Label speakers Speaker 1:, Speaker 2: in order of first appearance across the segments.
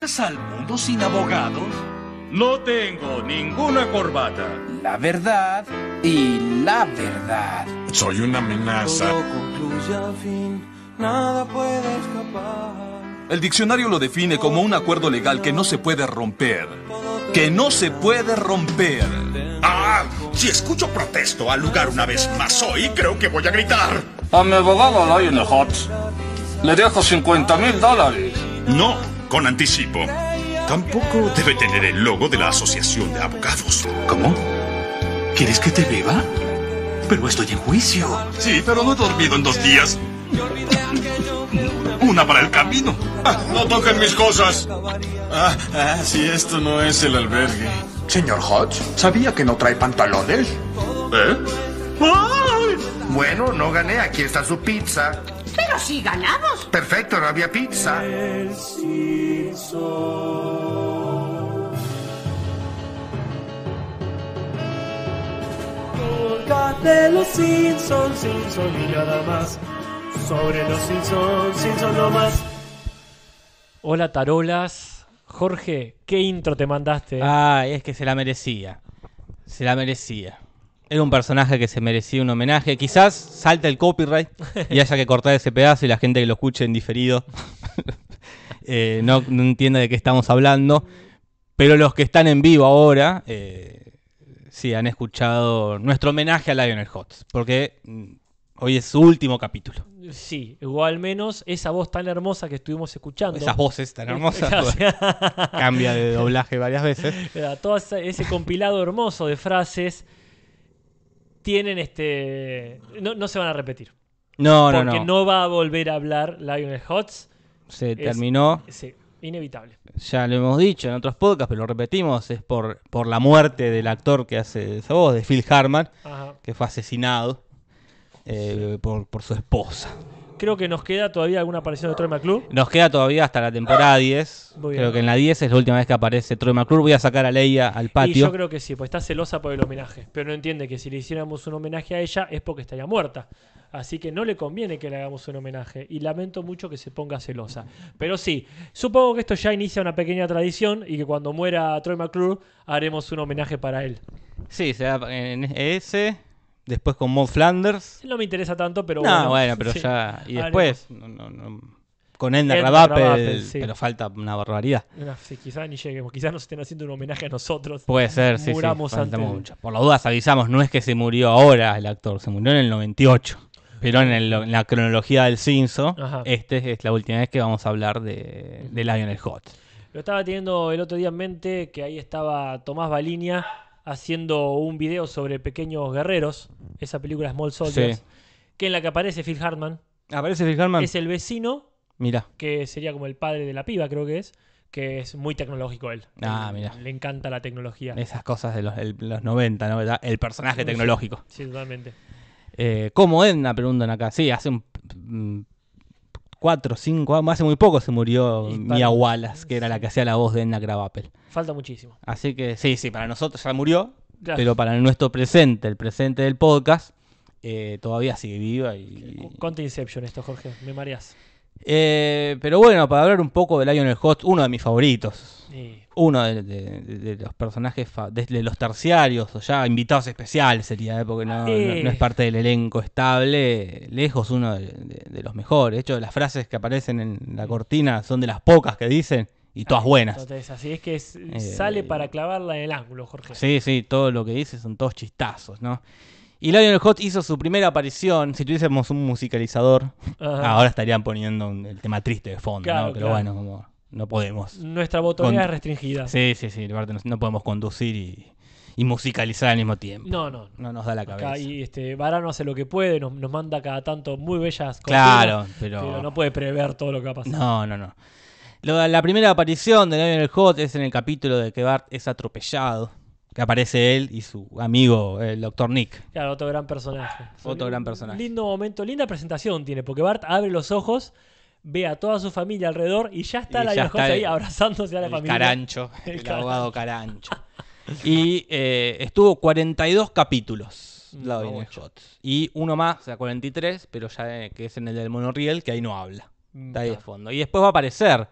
Speaker 1: ¿Llegas al mundo sin abogados? No tengo ninguna corbata.
Speaker 2: La verdad y la verdad.
Speaker 3: Soy una amenaza.
Speaker 4: concluye al fin, nada puede escapar.
Speaker 5: El diccionario lo define como un acuerdo legal que no se puede romper. Que no se puede romper.
Speaker 6: ¡Ah! Si escucho protesto al lugar una vez más hoy, creo que voy a gritar.
Speaker 7: A mi abogado Lionel Hutz le dejo 50 mil dólares.
Speaker 6: No, con anticipo. Tampoco debe tener el logo de la Asociación de Abogados.
Speaker 8: ¿Cómo? ¿Quieres que te beba? Pero estoy en juicio.
Speaker 6: Sí, pero no he dormido en dos días. Una para el camino. Ah, no toquen mis cosas.
Speaker 3: Ah, ah, si esto no es el albergue.
Speaker 8: Señor Hodge, ¿sabía que no trae pantalones?
Speaker 6: ¿Eh?
Speaker 8: Bueno, no gané. Aquí está su pizza.
Speaker 9: Pero si ganamos.
Speaker 8: Perfecto, no había pizza.
Speaker 4: De los Simpson, Simpson y nada más. Sobre los Simpson, Simpson no más.
Speaker 10: Hola Tarolas. Jorge, ¿qué intro te mandaste?
Speaker 11: Ay, es que se la merecía. Se la merecía. Era un personaje que se merecía un homenaje. Quizás salta el copyright y haya que cortar ese pedazo y la gente que lo escuche en diferido eh, no, no entienda de qué estamos hablando. Pero los que están en vivo ahora, eh, sí, han escuchado nuestro homenaje a Lionel Hutz. Porque mm, hoy es su último capítulo.
Speaker 10: Sí, o al menos esa voz tan hermosa que estuvimos escuchando.
Speaker 11: Esas voces tan hermosas.
Speaker 10: Gracias.
Speaker 11: Cambia de doblaje varias veces.
Speaker 10: Era todo ese ese compilado hermoso de frases tienen este. No, no se van a repetir.
Speaker 11: No, no,
Speaker 10: porque no.
Speaker 11: no.
Speaker 10: va a volver a hablar Lionel Hutz.
Speaker 11: Se
Speaker 10: es-
Speaker 11: terminó.
Speaker 10: Sí, inevitable.
Speaker 11: ya lo hemos dicho en otros podcasts, pero lo repetimos, es por, por la muerte del actor que hace esa voz, de Phil Hartman,
Speaker 10: Ajá.
Speaker 11: que fue asesinado eh, por, por su esposa.
Speaker 10: Creo que nos queda todavía alguna aparición de Troy McClure.
Speaker 11: Nos queda todavía hasta la temporada 10.
Speaker 10: Muy bien.
Speaker 11: Creo que en la 10 es la última vez que aparece Troy McClure. Voy a sacar a Leia al
Speaker 10: Y yo
Speaker 11: patio.
Speaker 10: creo que sí, pues está celosa por el homenaje. Pero no entiende que si le hiciéramos un homenaje a ella es porque estaría muerta. Así que no le conviene que le hagamos un homenaje. Y lamento mucho que se ponga celosa. Pero sí, supongo que esto ya inicia una pequeña tradición y que cuando muera Troy McClure haremos un homenaje para él.
Speaker 11: Sí, se da en ese. Después con Maud Flanders.
Speaker 10: No me interesa tanto, pero
Speaker 11: No,
Speaker 10: bueno.
Speaker 11: bueno, pero
Speaker 10: sí.
Speaker 11: ya. Y
Speaker 10: Haremos
Speaker 11: después. no, no, no, Con Edna
Speaker 10: Edna
Speaker 11: Krabappel,
Speaker 10: Krabappel, sí.
Speaker 11: pero falta una barbaridad.
Speaker 10: No, sí, quizás ni lleguemos, quizás nos estén haciendo un homenaje a nosotros.
Speaker 11: Puede ser, sí,
Speaker 10: Muramos
Speaker 11: sí. falta
Speaker 10: antes de-
Speaker 11: mucho. Por las dudas avisamos, no es que se murió ahora el actor, se murió en el 98. Pero en, el- en la cronología del Cinso,
Speaker 10: Ajá.
Speaker 11: esta es la última vez que vamos a hablar de, de Lionel Hot.
Speaker 10: Lo estaba teniendo el otro día en mente que ahí estaba Tomás Baliña haciendo un video sobre Pequeños Guerreros, esa película Small Soldiers,
Speaker 11: Sí.
Speaker 10: que en la que aparece Phil Hartman.
Speaker 11: Aparece Phil Hartman.
Speaker 10: Es el vecino,
Speaker 11: Mira,
Speaker 10: que sería como el padre de la piba, creo que es, que es muy tecnológico él.
Speaker 11: Ah,
Speaker 10: Él-
Speaker 11: mirá.
Speaker 10: Le encanta la tecnología.
Speaker 11: esas cosas de los, el- los 90, ¿no? ¿Verdad? El personaje tecnológico.
Speaker 10: Sí, totalmente.
Speaker 11: Eh, ¿Cómo Edna? Preguntan acá. Sí, hace un, mm, cuatro, cinco, años, hace muy poco se murió
Speaker 10: Y para-
Speaker 11: Mia Wallace, que era la que hacía la voz de Edna Krabappel.
Speaker 10: Falta muchísimo.
Speaker 11: Así que sí, sí, para nosotros ya murió,
Speaker 10: Claro.
Speaker 11: pero para nuestro presente, el presente del podcast, eh, todavía sigue viva. Y,
Speaker 10: Conte Inception esto, Jorge. Me mareas.
Speaker 11: Eh, pero bueno, para hablar un poco de Lionel Hot, uno de mis favoritos,
Speaker 10: Y-
Speaker 11: uno de, de- de los personajes, fa- de, de los terciarios, o ya invitados especiales sería, eh, porque no, no-
Speaker 10: Eh.
Speaker 11: no es parte del elenco estable, lejos uno de, de- de los mejores. De hecho, las frases que aparecen en la cortina son de las pocas que dicen y todas buenas.
Speaker 10: Entonces, así es que es- sale para clavarla en el ángulo, Jorge.
Speaker 11: Eh, Sí, sí, todo lo que dice son todos chistazos, ¿no? Y Lionel Hot hizo su primera aparición. Si tuviésemos un musicalizador,
Speaker 10: Ajá.
Speaker 11: ahora estarían poniendo un- el tema triste de fondo,
Speaker 10: Claro,
Speaker 11: ¿no? Pero
Speaker 10: claro.
Speaker 11: bueno, como no podemos.
Speaker 10: Nuestra botonera
Speaker 11: Con-
Speaker 10: es restringida.
Speaker 11: Sí, sí, sí, aparte no, no podemos conducir y, y musicalizar al mismo tiempo.
Speaker 10: No, no.
Speaker 11: No nos da la cabeza.
Speaker 10: Acá y este, Varano hace lo que puede, nos, nos manda cada tanto muy bellas
Speaker 11: Claro,
Speaker 10: pero...
Speaker 11: pero-
Speaker 10: no puede prever todo lo que va a pasar.
Speaker 11: No, no, no. Lo- la primera aparición de Lionel Hot es en el capítulo de que Bart es atropellado. Que aparece él y su amigo, el doctor Nick.
Speaker 10: Claro, otro gran personaje.
Speaker 11: Otro gran personaje.
Speaker 10: Lindo momento, linda presentación tiene, porque Bart abre los ojos, ve a toda su familia alrededor y ya está
Speaker 11: Y
Speaker 10: la
Speaker 11: ya
Speaker 10: vieja
Speaker 11: está
Speaker 10: ahí
Speaker 11: el-
Speaker 10: abrazándose a la
Speaker 11: el
Speaker 10: familia.
Speaker 11: Carancho,
Speaker 10: El
Speaker 11: el, abogado Carancho. Y eh, estuvo 42 capítulos
Speaker 10: Mm,
Speaker 11: Lionel
Speaker 10: mucho.
Speaker 11: Hutz. Y uno más, o sea, 43, pero ya eh, que es en el del monorriel, que ahí no habla.
Speaker 10: Mm,
Speaker 11: Está ahí de
Speaker 10: claro.
Speaker 11: fondo. Y después va a aparecer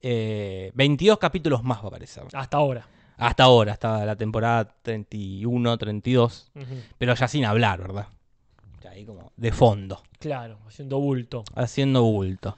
Speaker 11: eh, 22 capítulos más va a aparecer.
Speaker 10: Hasta ahora.
Speaker 11: Hasta ahora, hasta la temporada 31, 32.
Speaker 10: Ujú.
Speaker 11: Pero ya sin hablar, ¿verdad? Ya Ahí como de fondo,
Speaker 10: Claro, haciendo bulto.
Speaker 11: haciendo bulto.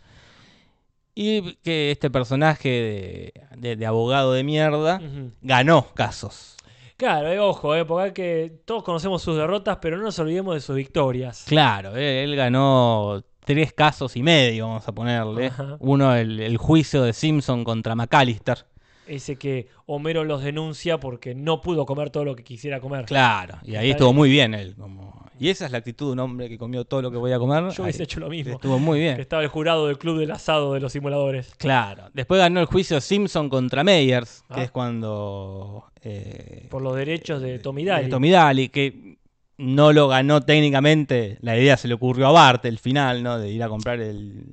Speaker 11: Y que este personaje de, de- de abogado de mierda
Speaker 10: Ujú.
Speaker 11: ganó casos.
Speaker 10: Claro, eh, ojo, eh, porque hay que todos conocemos sus derrotas, pero no nos olvidemos de sus victorias.
Speaker 11: Claro, eh, él, ganó tres casos y medio, vamos a ponerle.
Speaker 10: Ajá.
Speaker 11: Uno, el, el juicio de Simpson contra McAllister.
Speaker 10: Ese que Homero los denuncia porque no pudo comer todo lo que quisiera comer.
Speaker 11: Claro, y ahí
Speaker 10: Está
Speaker 11: estuvo
Speaker 10: bien.
Speaker 11: muy bien él. como- Y esa es la actitud de un hombre que comió todo lo que voy a comer.
Speaker 10: Yo
Speaker 11: Ahí
Speaker 10: hubiese hecho lo mismo.
Speaker 11: Estuvo muy
Speaker 10: Que
Speaker 11: bien.
Speaker 10: Estaba el jurado del club del asado de los simuladores.
Speaker 11: Claro. Después ganó el juicio Simpson contra Meyers, que
Speaker 10: Ah.
Speaker 11: es cuando... eh,
Speaker 10: Por los derechos de Tommy
Speaker 11: de
Speaker 10: Daly.
Speaker 11: Tommy Daly, que no lo ganó técnicamente. La idea se le ocurrió a Bart el final, ¿no? De ir a comprar el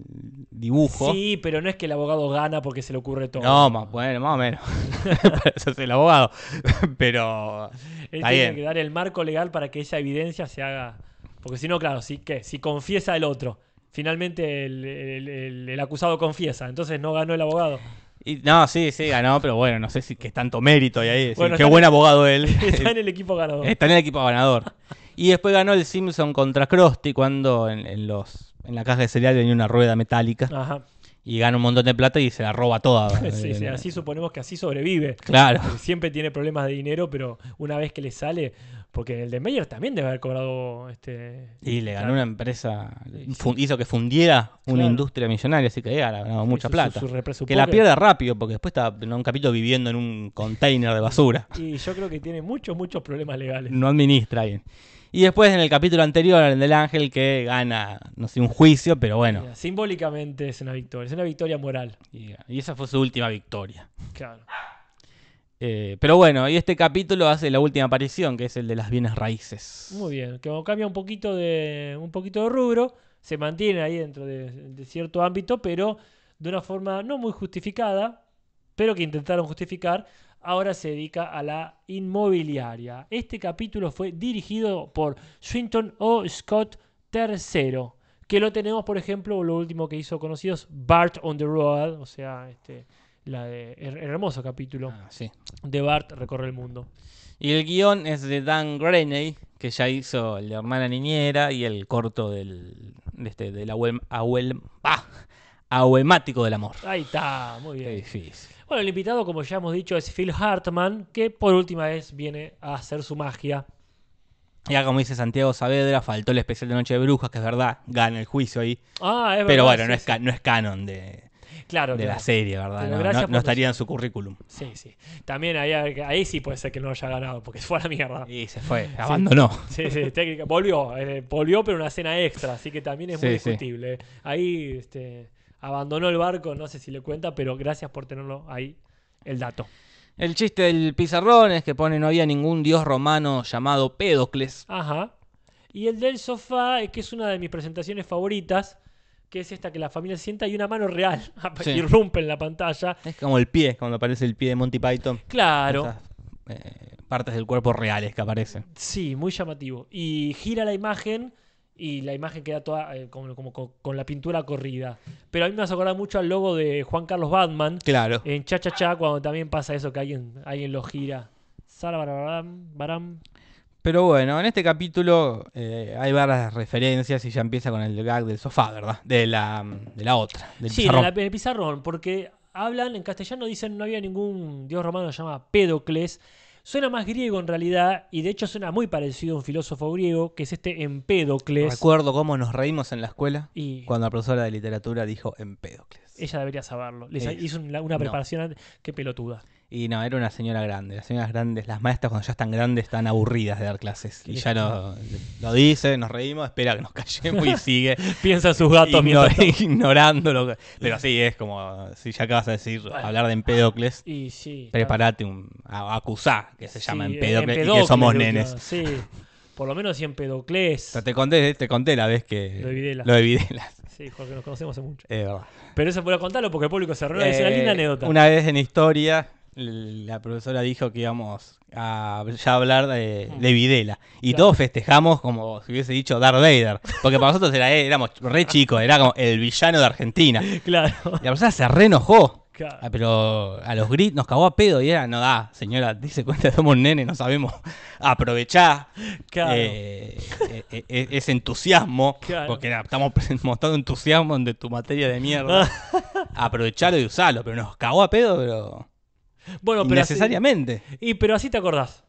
Speaker 11: dibujo.
Speaker 10: Sí, pero no es que el abogado gana porque se le ocurre todo.
Speaker 11: No, más, bueno, más o menos. Para eso es el abogado. Pero
Speaker 10: Él
Speaker 11: está
Speaker 10: tiene
Speaker 11: bien.
Speaker 10: que dar el marco legal para que esa evidencia se haga. Porque si no, claro, si, ¿qué? si confiesa el otro. Finalmente el, el- el- el acusado confiesa, entonces no ganó el abogado.
Speaker 11: Y- no, sí, sí, ganó, pero bueno, no sé si que es tanto mérito y ahí. decir,
Speaker 10: Bueno,
Speaker 11: qué
Speaker 10: está
Speaker 11: buen
Speaker 10: en-
Speaker 11: abogado él.
Speaker 10: Está en el equipo ganador.
Speaker 11: Está en el equipo ganador. Y después ganó el Simpson contra Krusty cuando en, en los en la caja de cereal venía una rueda metálica
Speaker 10: Ajá.
Speaker 11: y gana un montón de plata y se la roba toda.
Speaker 10: Ah.
Speaker 11: Eh,
Speaker 10: Sí, sí, así suponemos que así sobrevive.
Speaker 11: Claro.
Speaker 10: Siempre tiene problemas de dinero, pero una vez que le sale, porque en el de Meyer también debe haber cobrado este.
Speaker 11: Y le ganó
Speaker 10: Claro.
Speaker 11: una empresa,
Speaker 10: Sí,
Speaker 11: fun- hizo que fundiera una
Speaker 10: Claro.
Speaker 11: industria millonaria, así que ahí ha ganado mucha
Speaker 10: su-
Speaker 11: plata.
Speaker 10: su- su represupo
Speaker 11: que la
Speaker 10: que-
Speaker 11: pierda rápido, porque después está en un capítulo viviendo en un container de basura.
Speaker 10: Y yo creo que tiene muchos, muchos problemas legales.
Speaker 11: No administra bien. Y después en el capítulo anterior, el del ángel, que gana, no sé, un juicio, pero bueno.
Speaker 10: Mira, Simbólicamente es una victoria, es una victoria moral.
Speaker 11: Y, y esa fue su última victoria.
Speaker 10: Claro.
Speaker 11: Eh, pero bueno, y este capítulo hace la última aparición, que es el de las bienes raíces.
Speaker 10: Muy bien, que como cambia un poquito de un poquito de rubro, se mantiene ahí dentro de, de cierto ámbito, pero de una forma no muy justificada, pero que intentaron justificar, ahora se dedica a la inmobiliaria. Este capítulo fue dirigido por Swinton O. Scott III, que lo tenemos, por ejemplo, lo último que hizo conocidos, Bart on the Road, o sea, este, la de- el hermoso capítulo
Speaker 11: Ah, sí.
Speaker 10: de Bart recorre el mundo.
Speaker 11: Y el guión es de Dan Graney, que ya hizo el de Hermana Niñera y el corto del, de este, del abuel, abuel- ah, Ahuemático del Amor.
Speaker 10: Ahí está, muy
Speaker 11: Qué
Speaker 10: bien.
Speaker 11: difícil.
Speaker 10: Bueno, el invitado, como ya hemos dicho, es Phil Hartman, que por última vez viene a hacer su magia.
Speaker 11: Ya como dice Santiago Saavedra, faltó el especial de Noche de Brujas, que es verdad, gana el juicio ahí.
Speaker 10: Ah, es verdad,
Speaker 11: Pero bueno,
Speaker 10: sí,
Speaker 11: no, es,
Speaker 10: sí.
Speaker 11: ca- no es canon de,
Speaker 10: Claro,
Speaker 11: de la
Speaker 10: claro.
Speaker 11: serie, ¿verdad?
Speaker 10: Pero
Speaker 11: No,
Speaker 10: gracias
Speaker 11: no-
Speaker 10: por
Speaker 11: no estaría en su currículum.
Speaker 10: Sí, sí. También ahí, ahí sí puede ser que no haya ganado, porque fue a la mierda.
Speaker 11: Y se fue, abandonó.
Speaker 10: Sí, sí, técnica. Volvió, eh, volvió, pero una cena extra, así que también es muy
Speaker 11: Sí, sí.
Speaker 10: discutible. eh. Ahí este, abandonó el barco, no sé si le cuenta, pero gracias por tenerlo ahí el dato.
Speaker 11: El chiste del pizarrón es que pone no había ningún dios romano llamado Pédocles.
Speaker 10: Ajá. Y el del sofá, eh, que es una de mis presentaciones favoritas, que es esta que la familia se sienta y una mano real
Speaker 11: Sí.
Speaker 10: irrumpe en la pantalla.
Speaker 11: Es como el pie, cuando aparece el pie de Monty Python.
Speaker 10: Claro,
Speaker 11: Esas, eh, partes del cuerpo reales que aparecen.
Speaker 10: sí, muy llamativo. Y gira la imagen y la imagen queda toda eh, como, como co- con la pintura corrida. Pero a mí me hace acordar mucho al logo de Juan Carlos Batman
Speaker 11: Claro.
Speaker 10: en Cha Cha Cha cuando también pasa eso que alguien, alguien lo gira. Sara baram, baram.
Speaker 11: Pero bueno, en este capítulo eh, hay varias referencias y ya empieza con el gag del sofá, ¿verdad? De la, de la otra, del
Speaker 10: Sí, de
Speaker 11: pizarrón.
Speaker 10: la- del pizarrón, porque hablan en castellano, dicen no había ningún dios romano llamado Pédocles. Suena más griego en realidad, y de hecho suena muy parecido a un filósofo griego, que es este Empédocles.
Speaker 11: Recuerdo cómo nos reímos en la escuela
Speaker 10: Y
Speaker 11: cuando la profesora de literatura dijo Empédocles.
Speaker 10: ella debería saberlo. Les
Speaker 11: Es-
Speaker 10: hizo una, una
Speaker 11: no.
Speaker 10: preparación. antes- Qué pelotuda.
Speaker 11: Y no, era una señora grande. Las señoras grandes, las maestras cuando ya están grandes están aburridas de dar clases. Y ya lo, lo dice, nos reímos, espera que nos callemos y sigue
Speaker 10: Piensa en sus gatos
Speaker 11: igno-
Speaker 10: mientras tanto.
Speaker 11: ignorando lo que... Pero sí, es como, si ya acabas de decir, hablar de Empédocles,
Speaker 10: Y Ah, sí. está-
Speaker 11: prepárate un... a- acusá, que se llama
Speaker 10: sí, eh,
Speaker 11: Empédocles, y que
Speaker 10: Empédocles,
Speaker 11: somos
Speaker 10: digo,
Speaker 11: nenes.
Speaker 10: Sí. Por lo menos Empédocles.
Speaker 11: Pero te conté, te conté la vez que...
Speaker 10: Lo de Videla.
Speaker 11: Lo de Videla,
Speaker 10: Sí, Jorge, nos conocemos hace mucho.
Speaker 11: es verdad.
Speaker 10: Pero eso puedo contarlo porque el público se reúne. es una
Speaker 11: Eh,
Speaker 10: linda anécdota.
Speaker 11: Una vez en historia, l- la profesora dijo que íbamos a ya hablar de, de Videla.
Speaker 10: Mm.
Speaker 11: Y
Speaker 10: Claro.
Speaker 11: todos festejamos como si hubiese dicho Darth Vader. Porque para nosotros era, éramos re chicos, era como el villano de Argentina. Y
Speaker 10: Claro.
Speaker 11: la profesora se re enojó.
Speaker 10: Claro.
Speaker 11: Ah, pero a los gritos nos cagó a pedo y era, no da, señora, dice cuenta, somos nene, no sabemos. Aprovechá
Speaker 10: Claro.
Speaker 11: eh, eh, eh, eh, ese entusiasmo,
Speaker 10: Claro.
Speaker 11: porque era- estamos mostrando entusiasmo de tu materia de mierda. Aprovechalo y usalo, pero nos cagó a pedo, pero,
Speaker 10: Bueno, pero así,
Speaker 11: innecesariamente.
Speaker 10: y, pero así te acordás.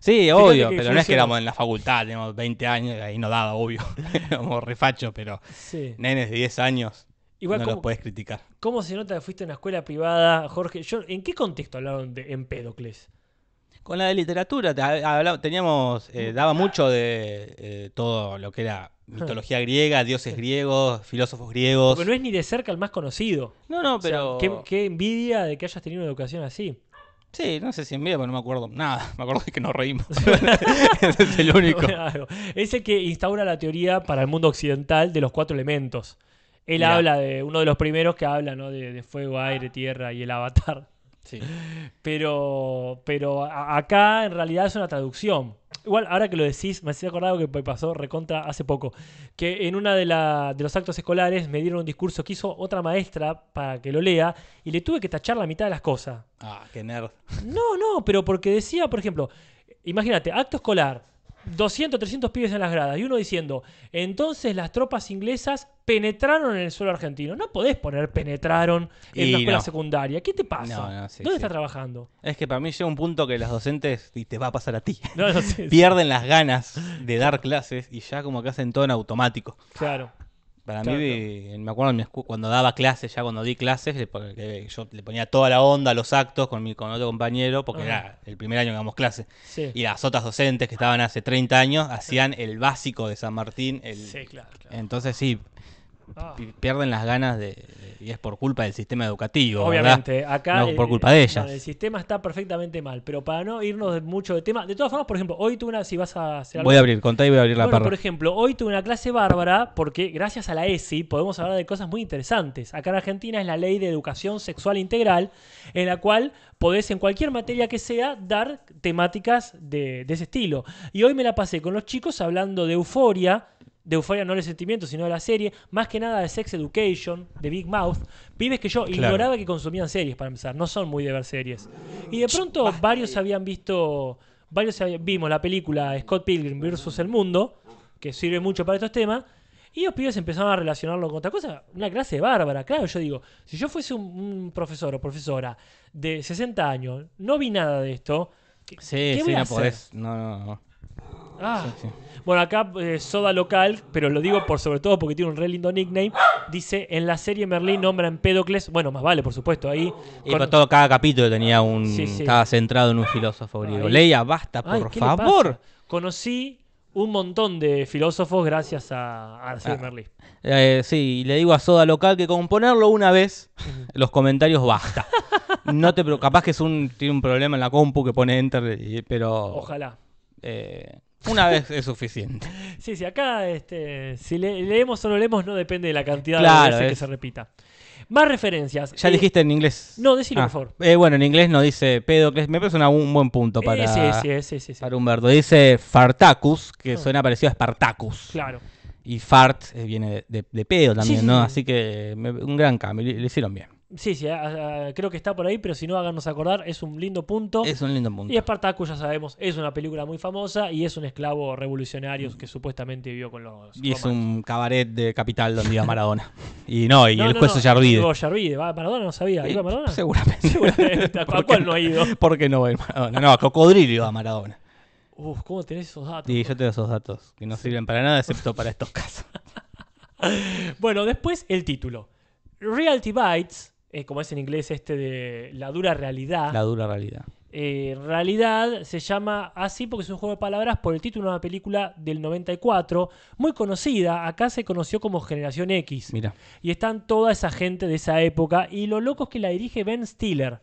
Speaker 11: Sí, obvio,
Speaker 10: que
Speaker 11: pero
Speaker 10: yo
Speaker 11: no es que
Speaker 10: hice-
Speaker 11: éramos en la facultad, teníamos 20 años, y ahí no daba, obvio. éramos refachos, pero
Speaker 10: Sí.
Speaker 11: nenes de 10 años
Speaker 10: Igual,
Speaker 11: no
Speaker 10: ¿cómo-
Speaker 11: los puedes criticar.
Speaker 10: ¿Cómo se nota que fuiste a una escuela privada, Jorge? Yo, ¿En qué contexto hablaron de Empédocles?
Speaker 11: Con la de literatura, te- habla- teníamos, eh,
Speaker 10: Mm.
Speaker 11: daba mucho de eh, todo lo que era mitología griega, dioses griegos, filósofos griegos.
Speaker 10: Porque no es ni de cerca el más conocido.
Speaker 11: No, no,
Speaker 10: O sea,
Speaker 11: pero...
Speaker 10: qué, qué envidia de que hayas tenido una educación así.
Speaker 11: Sí, no sé si en vivo, pero no me acuerdo nada. Me acuerdo que nos reímos. Ese es el único.
Speaker 10: Claro. Es el que instaura la teoría para el mundo occidental de los cuatro elementos. Él
Speaker 11: Mirá.
Speaker 10: habla de uno de los primeros que habla ¿no? de, de fuego, aire, tierra y el avatar.
Speaker 11: Sí.
Speaker 10: Pero, pero a- acá en realidad es una traducción. Igual, ahora que lo decís, me hacía acordar algo que pasó recontra hace poco. Que en uno de, la- de los actos escolares me dieron un discurso que hizo otra maestra para que lo lea y le tuve que tachar la mitad de las cosas.
Speaker 11: Ah, qué nerd.
Speaker 10: No, no, pero porque decía, por ejemplo, imagínate, acto escolar, 200, 300 pibes en las gradas y uno diciendo, entonces las tropas inglesas penetraron en el suelo argentino. No podés poner penetraron en
Speaker 11: Y
Speaker 10: una escuela
Speaker 11: no.
Speaker 10: secundaria. ¿Qué te pasa?
Speaker 11: No, no, sí,
Speaker 10: ¿Dónde
Speaker 11: sí.
Speaker 10: estás trabajando?
Speaker 11: Es que para mí llega un punto que los docentes, y te va a pasar a ti,
Speaker 10: No, no sé.
Speaker 11: pierden las ganas de dar clases y ya como que hacen todo en automático.
Speaker 10: Claro.
Speaker 11: Para
Speaker 10: Claro,
Speaker 11: mí, eh, me acuerdo en mi escu- cuando daba clases, ya cuando di clases, le pon- le- yo le ponía toda la onda a los actos con, mi, con otro compañero, porque
Speaker 10: Ah.
Speaker 11: era el primer año que damos clases.
Speaker 10: Sí.
Speaker 11: Y las otras docentes que estaban hace 30 años hacían el básico de San Martín. el-
Speaker 10: Sí, claro. claro.
Speaker 11: Entonces sí,
Speaker 10: Ah.
Speaker 11: pi- pierden las ganas de, de- y es por culpa del sistema educativo. ¿verdad?
Speaker 10: Obviamente, acá.
Speaker 11: No,
Speaker 10: eh,
Speaker 11: por culpa de
Speaker 10: no, el
Speaker 11: ellas.
Speaker 10: sistema está perfectamente mal, pero para no irnos de- mucho de tema. De todas formas, por ejemplo, hoy tú una. Si vas a hacer algo.
Speaker 11: Voy a abrir, contá y voy a abrir la
Speaker 10: Bueno,
Speaker 11: parra.
Speaker 10: por ejemplo, hoy tuve una clase bárbara porque gracias a la ESI podemos hablar de cosas muy interesantes. Acá en Argentina es la ley de educación sexual integral, en la cual podés en cualquier materia que sea dar temáticas de, de ese estilo. Y hoy me la pasé con los chicos hablando de euforia. De euforia no del sentimiento, sino de la serie, más que nada de Sex Education, de Big Mouth, pibes que yo ignoraba que consumían series para empezar, no son muy de ver series. Y de pronto varios habían visto, varios había- vimos la película Scott Pilgrim vs. El Mundo, que sirve mucho para estos temas. Y los pibes empezaron a relacionarlo con otra cosa, una clase bárbara. Claro, yo digo, si yo fuese un, un profesor o profesora de 60 años, no vi nada de esto. ¿qué-
Speaker 11: Sí,
Speaker 10: qué voy
Speaker 11: sí,
Speaker 10: a
Speaker 11: no
Speaker 10: hacer?
Speaker 11: podés. No, no, no.
Speaker 10: Ah. Bueno, acá eh, Soda Local, pero lo digo por sobre todo porque tiene un re lindo nickname. Dice: En la serie Merlín nombra Empédocles. Bueno, más vale, por supuesto, ahí.
Speaker 11: Y
Speaker 10: con-
Speaker 11: con todo, cada capítulo tenía un.
Speaker 10: Sí, sí.
Speaker 11: Estaba centrado en un filósofo griego.
Speaker 10: Ahí.
Speaker 11: Leia, basta,
Speaker 10: Ay,
Speaker 11: Ah, por
Speaker 10: ¿qué le
Speaker 11: favor.
Speaker 10: pasa? Conocí un montón de filósofos gracias a, a la serie
Speaker 11: Ah.
Speaker 10: Merlín.
Speaker 11: Eh, sí, y le digo a Soda Local que con ponerlo una vez, los comentarios basta. No te preo- capaz que es un, tiene un problema en la compu que pone enter, y- pero
Speaker 10: Ojalá.
Speaker 11: eh, una vez es suficiente.
Speaker 10: Sí, sí, acá este, si le- leemos o no leemos no depende de la cantidad de
Speaker 11: Claro,
Speaker 10: veces que
Speaker 11: es-
Speaker 10: se repita. Más referencias.
Speaker 11: Ya
Speaker 10: Eh,
Speaker 11: dijiste en inglés.
Speaker 10: No, decilo,
Speaker 11: Ah,
Speaker 10: por favor.
Speaker 11: eh, bueno, en inglés no dice Pedocles, me parece una- un buen punto
Speaker 10: eh,
Speaker 11: para,
Speaker 10: sí, sí, sí, sí, sí.
Speaker 11: para Humberto. Dice Fartacus, que
Speaker 10: Ah.
Speaker 11: suena parecido a Spartacus.
Speaker 10: Claro.
Speaker 11: Y Fart eh, viene de, de- de pedo también,
Speaker 10: sí,
Speaker 11: ¿no?
Speaker 10: sí.
Speaker 11: Así que me- un gran cambio, le, le hicieron bien.
Speaker 10: Sí, sí, ah, ah, creo que está por ahí, pero si no, háganos acordar, es un lindo punto.
Speaker 11: Es un lindo punto.
Speaker 10: Oh. Y Espartaco, ya sabemos, es una película muy famosa y es un esclavo revolucionario que supuestamente vivió con los.
Speaker 11: Y es
Speaker 10: romanos.
Speaker 11: un cabaret de capital donde iba Maradona. Y no, y
Speaker 10: No,
Speaker 11: el
Speaker 10: no,
Speaker 11: juez
Speaker 10: no,
Speaker 11: Yarvide. Eh,
Speaker 10: Hugo Yarvide, va, Maradona no sabía. ¿Iba Maradona?
Speaker 11: Seguramente.
Speaker 10: Seguramente. ¿A
Speaker 11: ¿Por qué
Speaker 10: cuál no ha ido?
Speaker 11: ¿Por qué no va a ir Maradona? No, a Cocodrilo iba Maradona.
Speaker 10: Uf, ¿cómo tenés esos datos?
Speaker 11: Y yo te doy esos datos que no sirven para nada excepto para estos casos.
Speaker 10: Bueno, después el título. Reality Bites, eh, como es en inglés este de la dura realidad.
Speaker 11: La dura realidad.
Speaker 10: eh, en realidad se llama así porque es un juego de palabras por el título de una película del 94, muy conocida. Acá se conoció como Generación X.
Speaker 11: Mira.
Speaker 10: Y están toda esa gente de esa época. Y lo loco es que la dirige Ben Stiller.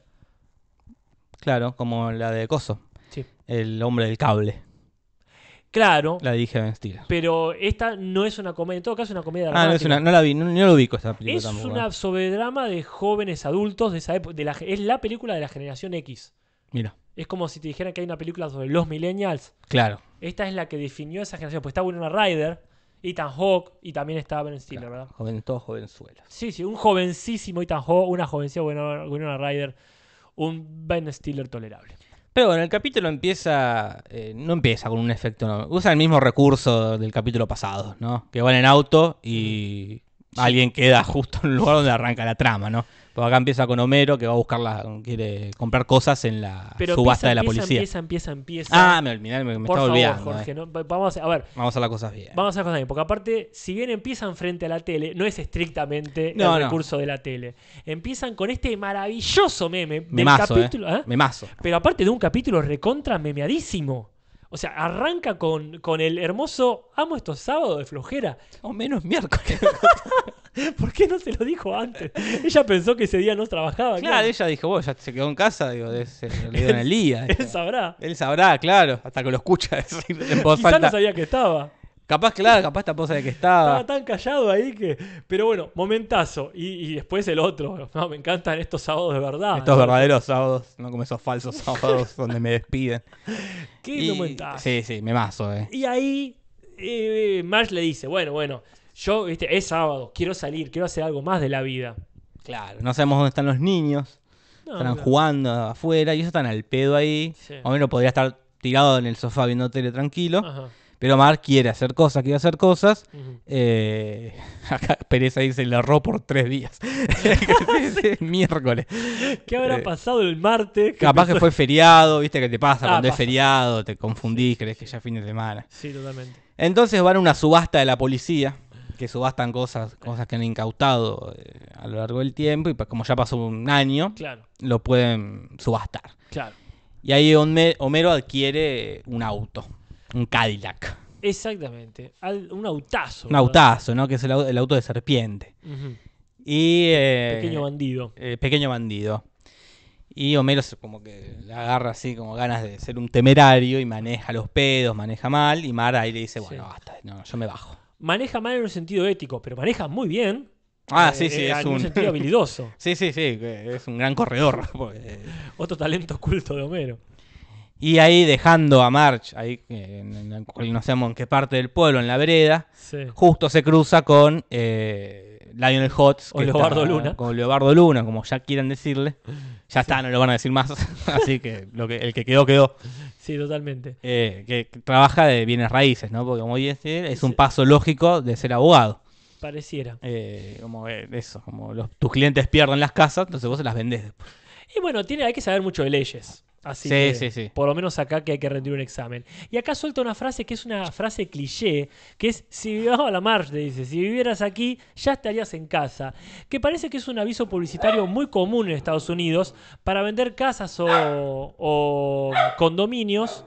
Speaker 11: Claro, como la de Coso.
Speaker 10: Sí.
Speaker 11: El hombre del cable.
Speaker 10: Claro,
Speaker 11: La dije Ben Stiller.
Speaker 10: pero esta no es una comedia. En todo caso, es una comedia
Speaker 11: Ah, no, es
Speaker 10: dramática.
Speaker 11: una, no la vi, no, no lo ubico esta película
Speaker 10: Es
Speaker 11: tampoco.
Speaker 10: una sobredrama de jóvenes adultos de esa época. de la- es la película de la Generación X.
Speaker 11: Mira,
Speaker 10: Es como si te dijeran que hay una película sobre los millennials.
Speaker 11: claro.
Speaker 10: Esta es la que definió esa generación. Pues está Winona Ryder Ethan Hawke y también está Ben Stiller, ¿verdad?
Speaker 11: Joven, todos jovenzuelos.
Speaker 10: Sí, sí, un jovencísimo Ethan Hawke, una jovencita Winona, Winona Ryder, un Ben Stiller tolerable.
Speaker 11: Pero bueno, el capítulo empieza. eh, no empieza con un efecto. No. Usa el mismo recurso del capítulo pasado, ¿no? Que van en auto y alguien queda justo en el lugar donde arranca la trama, ¿no? Porque acá empieza con Homero que va a buscar la, quiere comprar cosas en la
Speaker 10: Pero
Speaker 11: Ah,
Speaker 10: empieza,
Speaker 11: subasta de la
Speaker 10: empieza,
Speaker 11: policía.
Speaker 10: Empieza, empieza, empieza.
Speaker 11: Ah, me olvidé, me,
Speaker 10: Por
Speaker 11: me estaba
Speaker 10: favor,
Speaker 11: olvidando.
Speaker 10: Jorge,
Speaker 11: eh.
Speaker 10: no, va- vamos a, a ver,
Speaker 11: Vamos a hacer las cosas bien.
Speaker 10: vamos a hacer cosas bien, porque aparte, si bien empiezan frente a la tele, no es estrictamente
Speaker 11: No,
Speaker 10: el
Speaker 11: no.
Speaker 10: recurso de la tele. Empiezan con este maravilloso meme del
Speaker 11: Memazo, eh.
Speaker 10: capítulo, ¿eh?
Speaker 11: Memazo.
Speaker 10: Pero aparte de un capítulo recontra memeadísimo. O sea, arranca con, con el hermoso Amo estos sábados de flojera.
Speaker 11: O menos miércoles.
Speaker 10: ¿Por qué no se lo dijo antes? Ella pensó que ese día no trabajaba.
Speaker 11: Claro, ella dijo, vos ya se quedó en casa, digo, es, eh, le dieron el día.
Speaker 10: Él sabrá.
Speaker 11: Él sabrá, claro, hasta que lo escucha decir en voz
Speaker 10: Quizás no
Speaker 11: alta.
Speaker 10: sabía que estaba.
Speaker 11: Capaz, claro, capaz tampoco de que
Speaker 10: Estaba
Speaker 11: estaba.
Speaker 10: tan callado ahí que. Pero bueno, momentazo. Y, y después el otro. No, me encantan estos sábados de verdad.
Speaker 11: Estos
Speaker 10: ¿no?
Speaker 11: verdaderos sábados, no como esos falsos sábados donde me despiden.
Speaker 10: Qué
Speaker 11: Y-
Speaker 10: momentazo.
Speaker 11: sí, sí, me mazo, eh.
Speaker 10: Y ahí eh, Marge le dice: Bueno, bueno, yo, viste, es sábado, quiero salir, quiero hacer algo más de la vida.
Speaker 11: Claro, no sabemos dónde están los niños.
Speaker 10: No,
Speaker 11: Estarán
Speaker 10: claro.
Speaker 11: jugando afuera y ellos están al pedo ahí.
Speaker 10: Sí.
Speaker 11: O menos podría estar tirado en el sofá viendo tele tranquilo.
Speaker 10: Ajá. Mm.
Speaker 11: Pero Mar quiere hacer cosas, quiere hacer cosas.
Speaker 10: Ujú.
Speaker 11: Eh, acá Pereza dice, le erró por tres días. Ese Miércoles.
Speaker 10: ¿Qué habrá
Speaker 11: Eh,
Speaker 10: pasado el martes?
Speaker 11: Capaz que
Speaker 10: empezó-
Speaker 11: fue feriado, viste que te pasa
Speaker 10: Ah,
Speaker 11: cuando es
Speaker 10: pasa.
Speaker 11: feriado, te confundís, crees que ya es fin de semana.
Speaker 10: Sí, totalmente.
Speaker 11: Entonces van a una subasta de la policía, que subastan cosas, cosas que han incautado eh, a lo largo del tiempo, y pa- como ya pasó un año,
Speaker 10: Claro,
Speaker 11: lo pueden subastar.
Speaker 10: claro.
Speaker 11: Y ahí Home- Homero adquiere un auto, un Cadillac.
Speaker 10: Exactamente. Al- un autazo.
Speaker 11: Un autazo, ¿no? Que es el, au- el auto de serpiente.
Speaker 10: ¿verdad? Ujú.
Speaker 11: Y. eh,
Speaker 10: Pequeño bandido.
Speaker 11: eh, pequeño bandido. Y Homero se- como que le agarra así como ganas de ser un temerario y maneja los pedos, maneja mal. Y Mar ahí le dice, bueno,
Speaker 10: Sí.
Speaker 11: basta, no, yo me bajo.
Speaker 10: Maneja mal en un sentido ético, pero maneja muy bien.
Speaker 11: Ah,
Speaker 10: eh,
Speaker 11: sí, sí,
Speaker 10: eh,
Speaker 11: es
Speaker 10: en
Speaker 11: un...
Speaker 10: sentido habilidoso.
Speaker 11: sí, sí, sí, que es un gran corredor. pues, porque-
Speaker 10: Otro talento oculto de Homero.
Speaker 11: Y ahí dejando a March, ahí eh, en- en la cual no sabemos en qué parte del pueblo, en la vereda,
Speaker 10: Sí.
Speaker 11: justo se cruza con eh, Lionel Hotz.
Speaker 10: O
Speaker 11: que
Speaker 10: Leobardo Luna.
Speaker 11: Con Leobardo Luna, como ya quieran decirle. Ya está, no lo van a decir más. Así que, lo que el que quedó, quedó.
Speaker 10: Sí, totalmente.
Speaker 11: Eh, que que trabaja de bienes raíces, ¿no? Porque como dice, es un
Speaker 10: Sí.
Speaker 11: paso lógico de ser abogado.
Speaker 10: Pareciera.
Speaker 11: Eh, como eh, eso, como los, tus clientes pierden las casas, entonces vos se las vendés después.
Speaker 10: Y bueno, tiene, hay que saber mucho de leyes. Así
Speaker 11: Sí,
Speaker 10: que,
Speaker 11: sí, sí.
Speaker 10: por lo menos acá que hay que rendir un examen. Y acá suelta una frase que es una frase cliché, que es, si vivieras a la marcha, dice, si vivieras aquí, ya estarías en casa. Que parece que es un aviso publicitario muy común en Estados Unidos para vender casas o, o condominios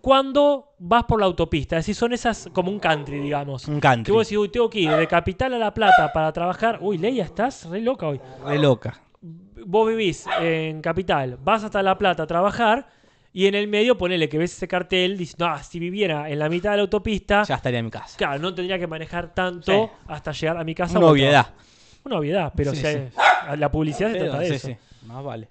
Speaker 10: cuando vas por la autopista. Es decir, son esas como un country, digamos.
Speaker 11: Un
Speaker 10: Que
Speaker 11: country.
Speaker 10: vos decís, uy, tengo que ir de Capital a La Plata para trabajar. Uy, Leia, estás re loca hoy
Speaker 11: Re loca.
Speaker 10: vos vivís en Capital, vas hasta La Plata a trabajar y en el medio ponele que ves ese cartel, dices, no, si viviera en la mitad de la autopista,
Speaker 11: Ya estaría en mi casa.
Speaker 10: claro, no tendría que manejar tanto
Speaker 11: Sí.
Speaker 10: hasta llegar a mi casa.
Speaker 11: Una
Speaker 10: o al
Speaker 11: obviedad.
Speaker 10: trabajo". Una obviedad, pero
Speaker 11: Sí,
Speaker 10: o sea, la publicidad se
Speaker 11: Pero,
Speaker 10: trata de
Speaker 11: sí,
Speaker 10: eso.
Speaker 11: sí, Más vale.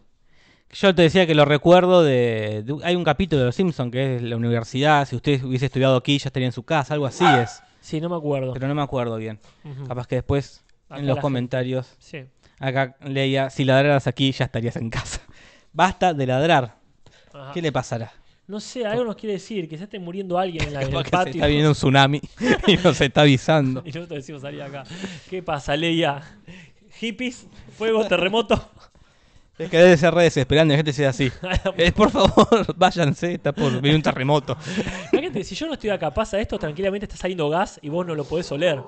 Speaker 11: Yo te decía que lo recuerdo de, de- Hay un capítulo de Los Simpsons que es la universidad. Si usted hubiese estudiado aquí, ya estaría en su casa. Algo así es.
Speaker 10: Sí, no me acuerdo.
Speaker 11: Pero no me acuerdo bien.
Speaker 10: Ah. Ujú.
Speaker 11: Capaz que después,
Speaker 10: Acá
Speaker 11: en
Speaker 10: la
Speaker 11: los
Speaker 10: gente-
Speaker 11: comentarios,
Speaker 10: Sí.
Speaker 11: Acá leía, si ladraras aquí ya estarías en casa. Basta de ladrar.
Speaker 10: Ajá.
Speaker 11: ¿Qué le pasará?
Speaker 10: No sé, algo nos quiere decir, que se esté muriendo alguien en, la, en el
Speaker 11: Porque se
Speaker 10: patio.
Speaker 11: está viniendo un tsunami y nos está avisando.
Speaker 10: Y nosotros decimos salir acá. ¿Qué pasa, Leia? ¿Hippies? ¿Fuego? ¿Terremoto?
Speaker 11: Es que debe ser re desesperante, la gente sea así. Eh, por favor, váyanse, está por venir un terremoto.
Speaker 10: Imagínate, si yo no estoy acá, pasa esto, tranquilamente está saliendo gas y vos no lo podés oler.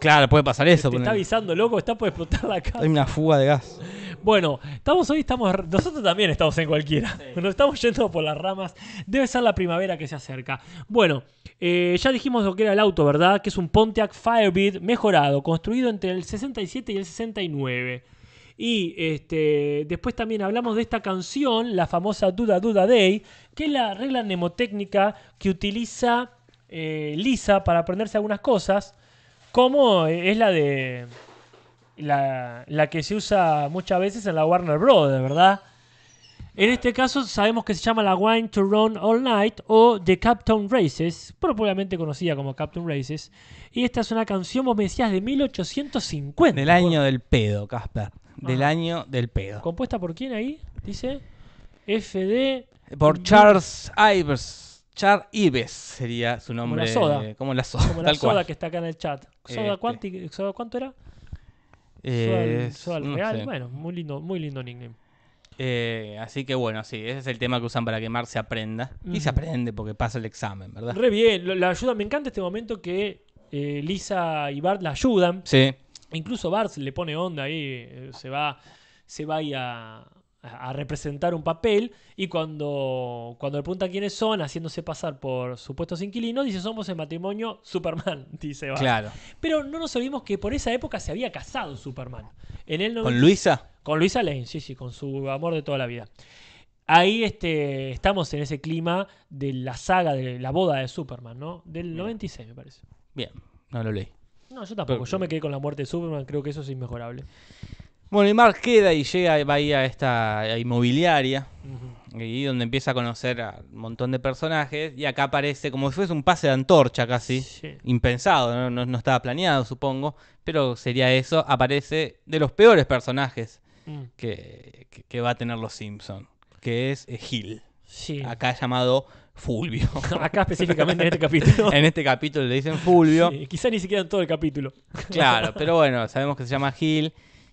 Speaker 11: Claro, puede pasar eso.
Speaker 10: Te está
Speaker 11: ponele.
Speaker 10: avisando, loco, está por explotar la casa.
Speaker 11: Hay una fuga de gas.
Speaker 10: Bueno, estamos hoy, estamos. Nosotros también estamos en cualquiera. Nos estamos yendo por las ramas. Debe ser la primavera que se acerca. Bueno, eh, ya dijimos lo que era el auto, ¿verdad? Que es un Pontiac Firebird mejorado, construido entre el 67 y el 69. Y este, después también hablamos de esta canción, la famosa Duda Duda Day, que es la regla mnemotécnica que utiliza eh, Lisa para aprenderse algunas cosas, como eh, es la de la, la que se usa muchas veces en la Warner Brothers, ¿verdad? En este caso sabemos que se llama La Wine to Run All Night o The Captain Races, propiamente conocida como Captain Races. Y esta es una canción, vos me decías, de 1850.
Speaker 11: Del año del pedo, Casper. Del
Speaker 10: Ajá.
Speaker 11: año del pedo.
Speaker 10: ¿Compuesta por quién ahí? Dice FD. Mm.
Speaker 11: Por Charles Ives. Charles Ives sería su
Speaker 10: Como
Speaker 11: nombre.
Speaker 10: la soda.
Speaker 11: eh, Como la soda.
Speaker 10: Como la
Speaker 11: tal
Speaker 10: soda
Speaker 11: cual.
Speaker 10: que está acá en el chat. ¿Soda,
Speaker 11: Este.
Speaker 10: cuánti- soda cuánto era? Soda,
Speaker 11: Eh,
Speaker 10: al- soda al
Speaker 11: no
Speaker 10: real.
Speaker 11: sé.
Speaker 10: Bueno, muy lindo, muy lindo nickname.
Speaker 11: Eh, así que bueno, sí, ese es el tema que usan para quemar se aprenda. Y se
Speaker 10: Ujú.
Speaker 11: aprende porque pasa el examen, ¿verdad?
Speaker 10: Re bien, lo- la ayuda. Me encanta este momento que eh, Lisa y Bart la ayudan.
Speaker 11: Sí.
Speaker 10: Incluso Bart le pone onda ahí, eh, se va, se va ahí a, a representar un papel y cuando, cuando le preguntan quiénes son, haciéndose pasar por supuestos inquilinos, dice somos el matrimonio Superman, dice Bart.
Speaker 11: Claro.
Speaker 10: Pero no nos olvidemos que por esa época se había casado Superman. En el
Speaker 11: Con
Speaker 10: 90
Speaker 11: Luisa.
Speaker 10: con Luisa Lane, sí, sí, con su amor de toda la vida. Ahí este, estamos en ese clima de la saga de la boda de Superman, ¿no? Del 96, me parece.
Speaker 11: Bien, no lo leí.
Speaker 10: No, yo tampoco.
Speaker 11: Pero-
Speaker 10: Yo me quedé con la muerte de Superman, creo que eso es inmejorable.
Speaker 11: Bueno, y Mark queda y llega va ahí a esta inmobiliaria. Y donde empieza a conocer a un montón de personajes. Y acá aparece como si fuese un pase de antorcha casi.
Speaker 10: Sí.
Speaker 11: Impensado, ¿no? No- no estaba planeado, supongo. Pero sería eso. Aparece de los peores personajes
Speaker 10: Mm,
Speaker 11: que, que- que va a tener los Simpson. Que es eh, Hill.
Speaker 10: sí.
Speaker 11: Acá llamado Fulvio.
Speaker 10: Acá específicamente en este capítulo.
Speaker 11: en este capítulo le dicen Fulvio.
Speaker 10: Sí, quizá ni siquiera en todo el capítulo.
Speaker 11: Claro, pero bueno, sabemos que se llama Hill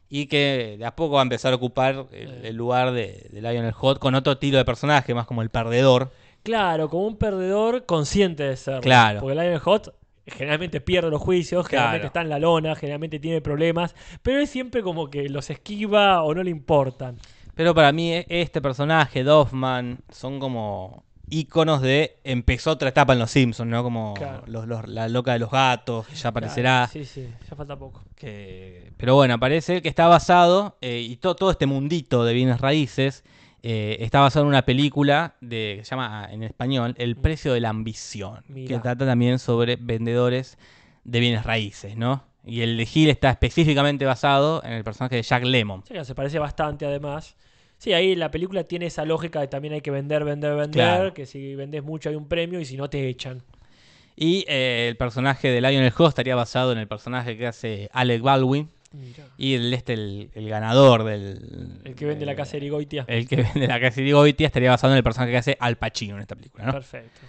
Speaker 11: y que de a poco va a empezar a ocupar
Speaker 10: Eh.
Speaker 11: el, el lugar de, de Lionel Hot con otro estilo de personaje, más como el perdedor.
Speaker 10: Claro, como un perdedor consciente de serlo.
Speaker 11: Claro.
Speaker 10: Porque Lionheart generalmente pierde los juicios, generalmente
Speaker 11: Claro.
Speaker 10: está en la lona, generalmente tiene problemas, pero es siempre como que los esquiva o no le importan.
Speaker 11: Pero para mí e- este personaje, Doffman, son como íconos de empezó otra etapa en Los Simpsons, ¿no? Como
Speaker 10: Claro.
Speaker 11: los- los- la loca de los gatos, que ya aparecerá.
Speaker 10: Claro, Sí, sí, ya falta poco.
Speaker 11: que- pero bueno, aparece que está basado, eh, y to- todo este mundito de bienes raíces, eh, está basado en una película de, que se llama ah, en español El precio de la ambición,
Speaker 10: Mm. Mirá.
Speaker 11: que trata también sobre vendedores de bienes raíces, ¿no? Y el de Gil está específicamente basado en el personaje de Jack Lemon.
Speaker 10: Sí, se parece bastante además. Sí, ahí la película tiene esa lógica de también hay que vender, vender, vender,
Speaker 11: Claro.
Speaker 10: que si vendes mucho hay un premio y si no te echan.
Speaker 11: Y eh, el personaje de Lionel Host estaría basado en el personaje que hace Alec Baldwin. Y el, este, el, el ganador del...
Speaker 10: El que vende la
Speaker 11: eh,
Speaker 10: casa de Erigoitia.
Speaker 11: El que vende la casa de Goitia estaría basado en el personaje que hace Al Pacino en esta película, ¿no?
Speaker 10: Perfecto.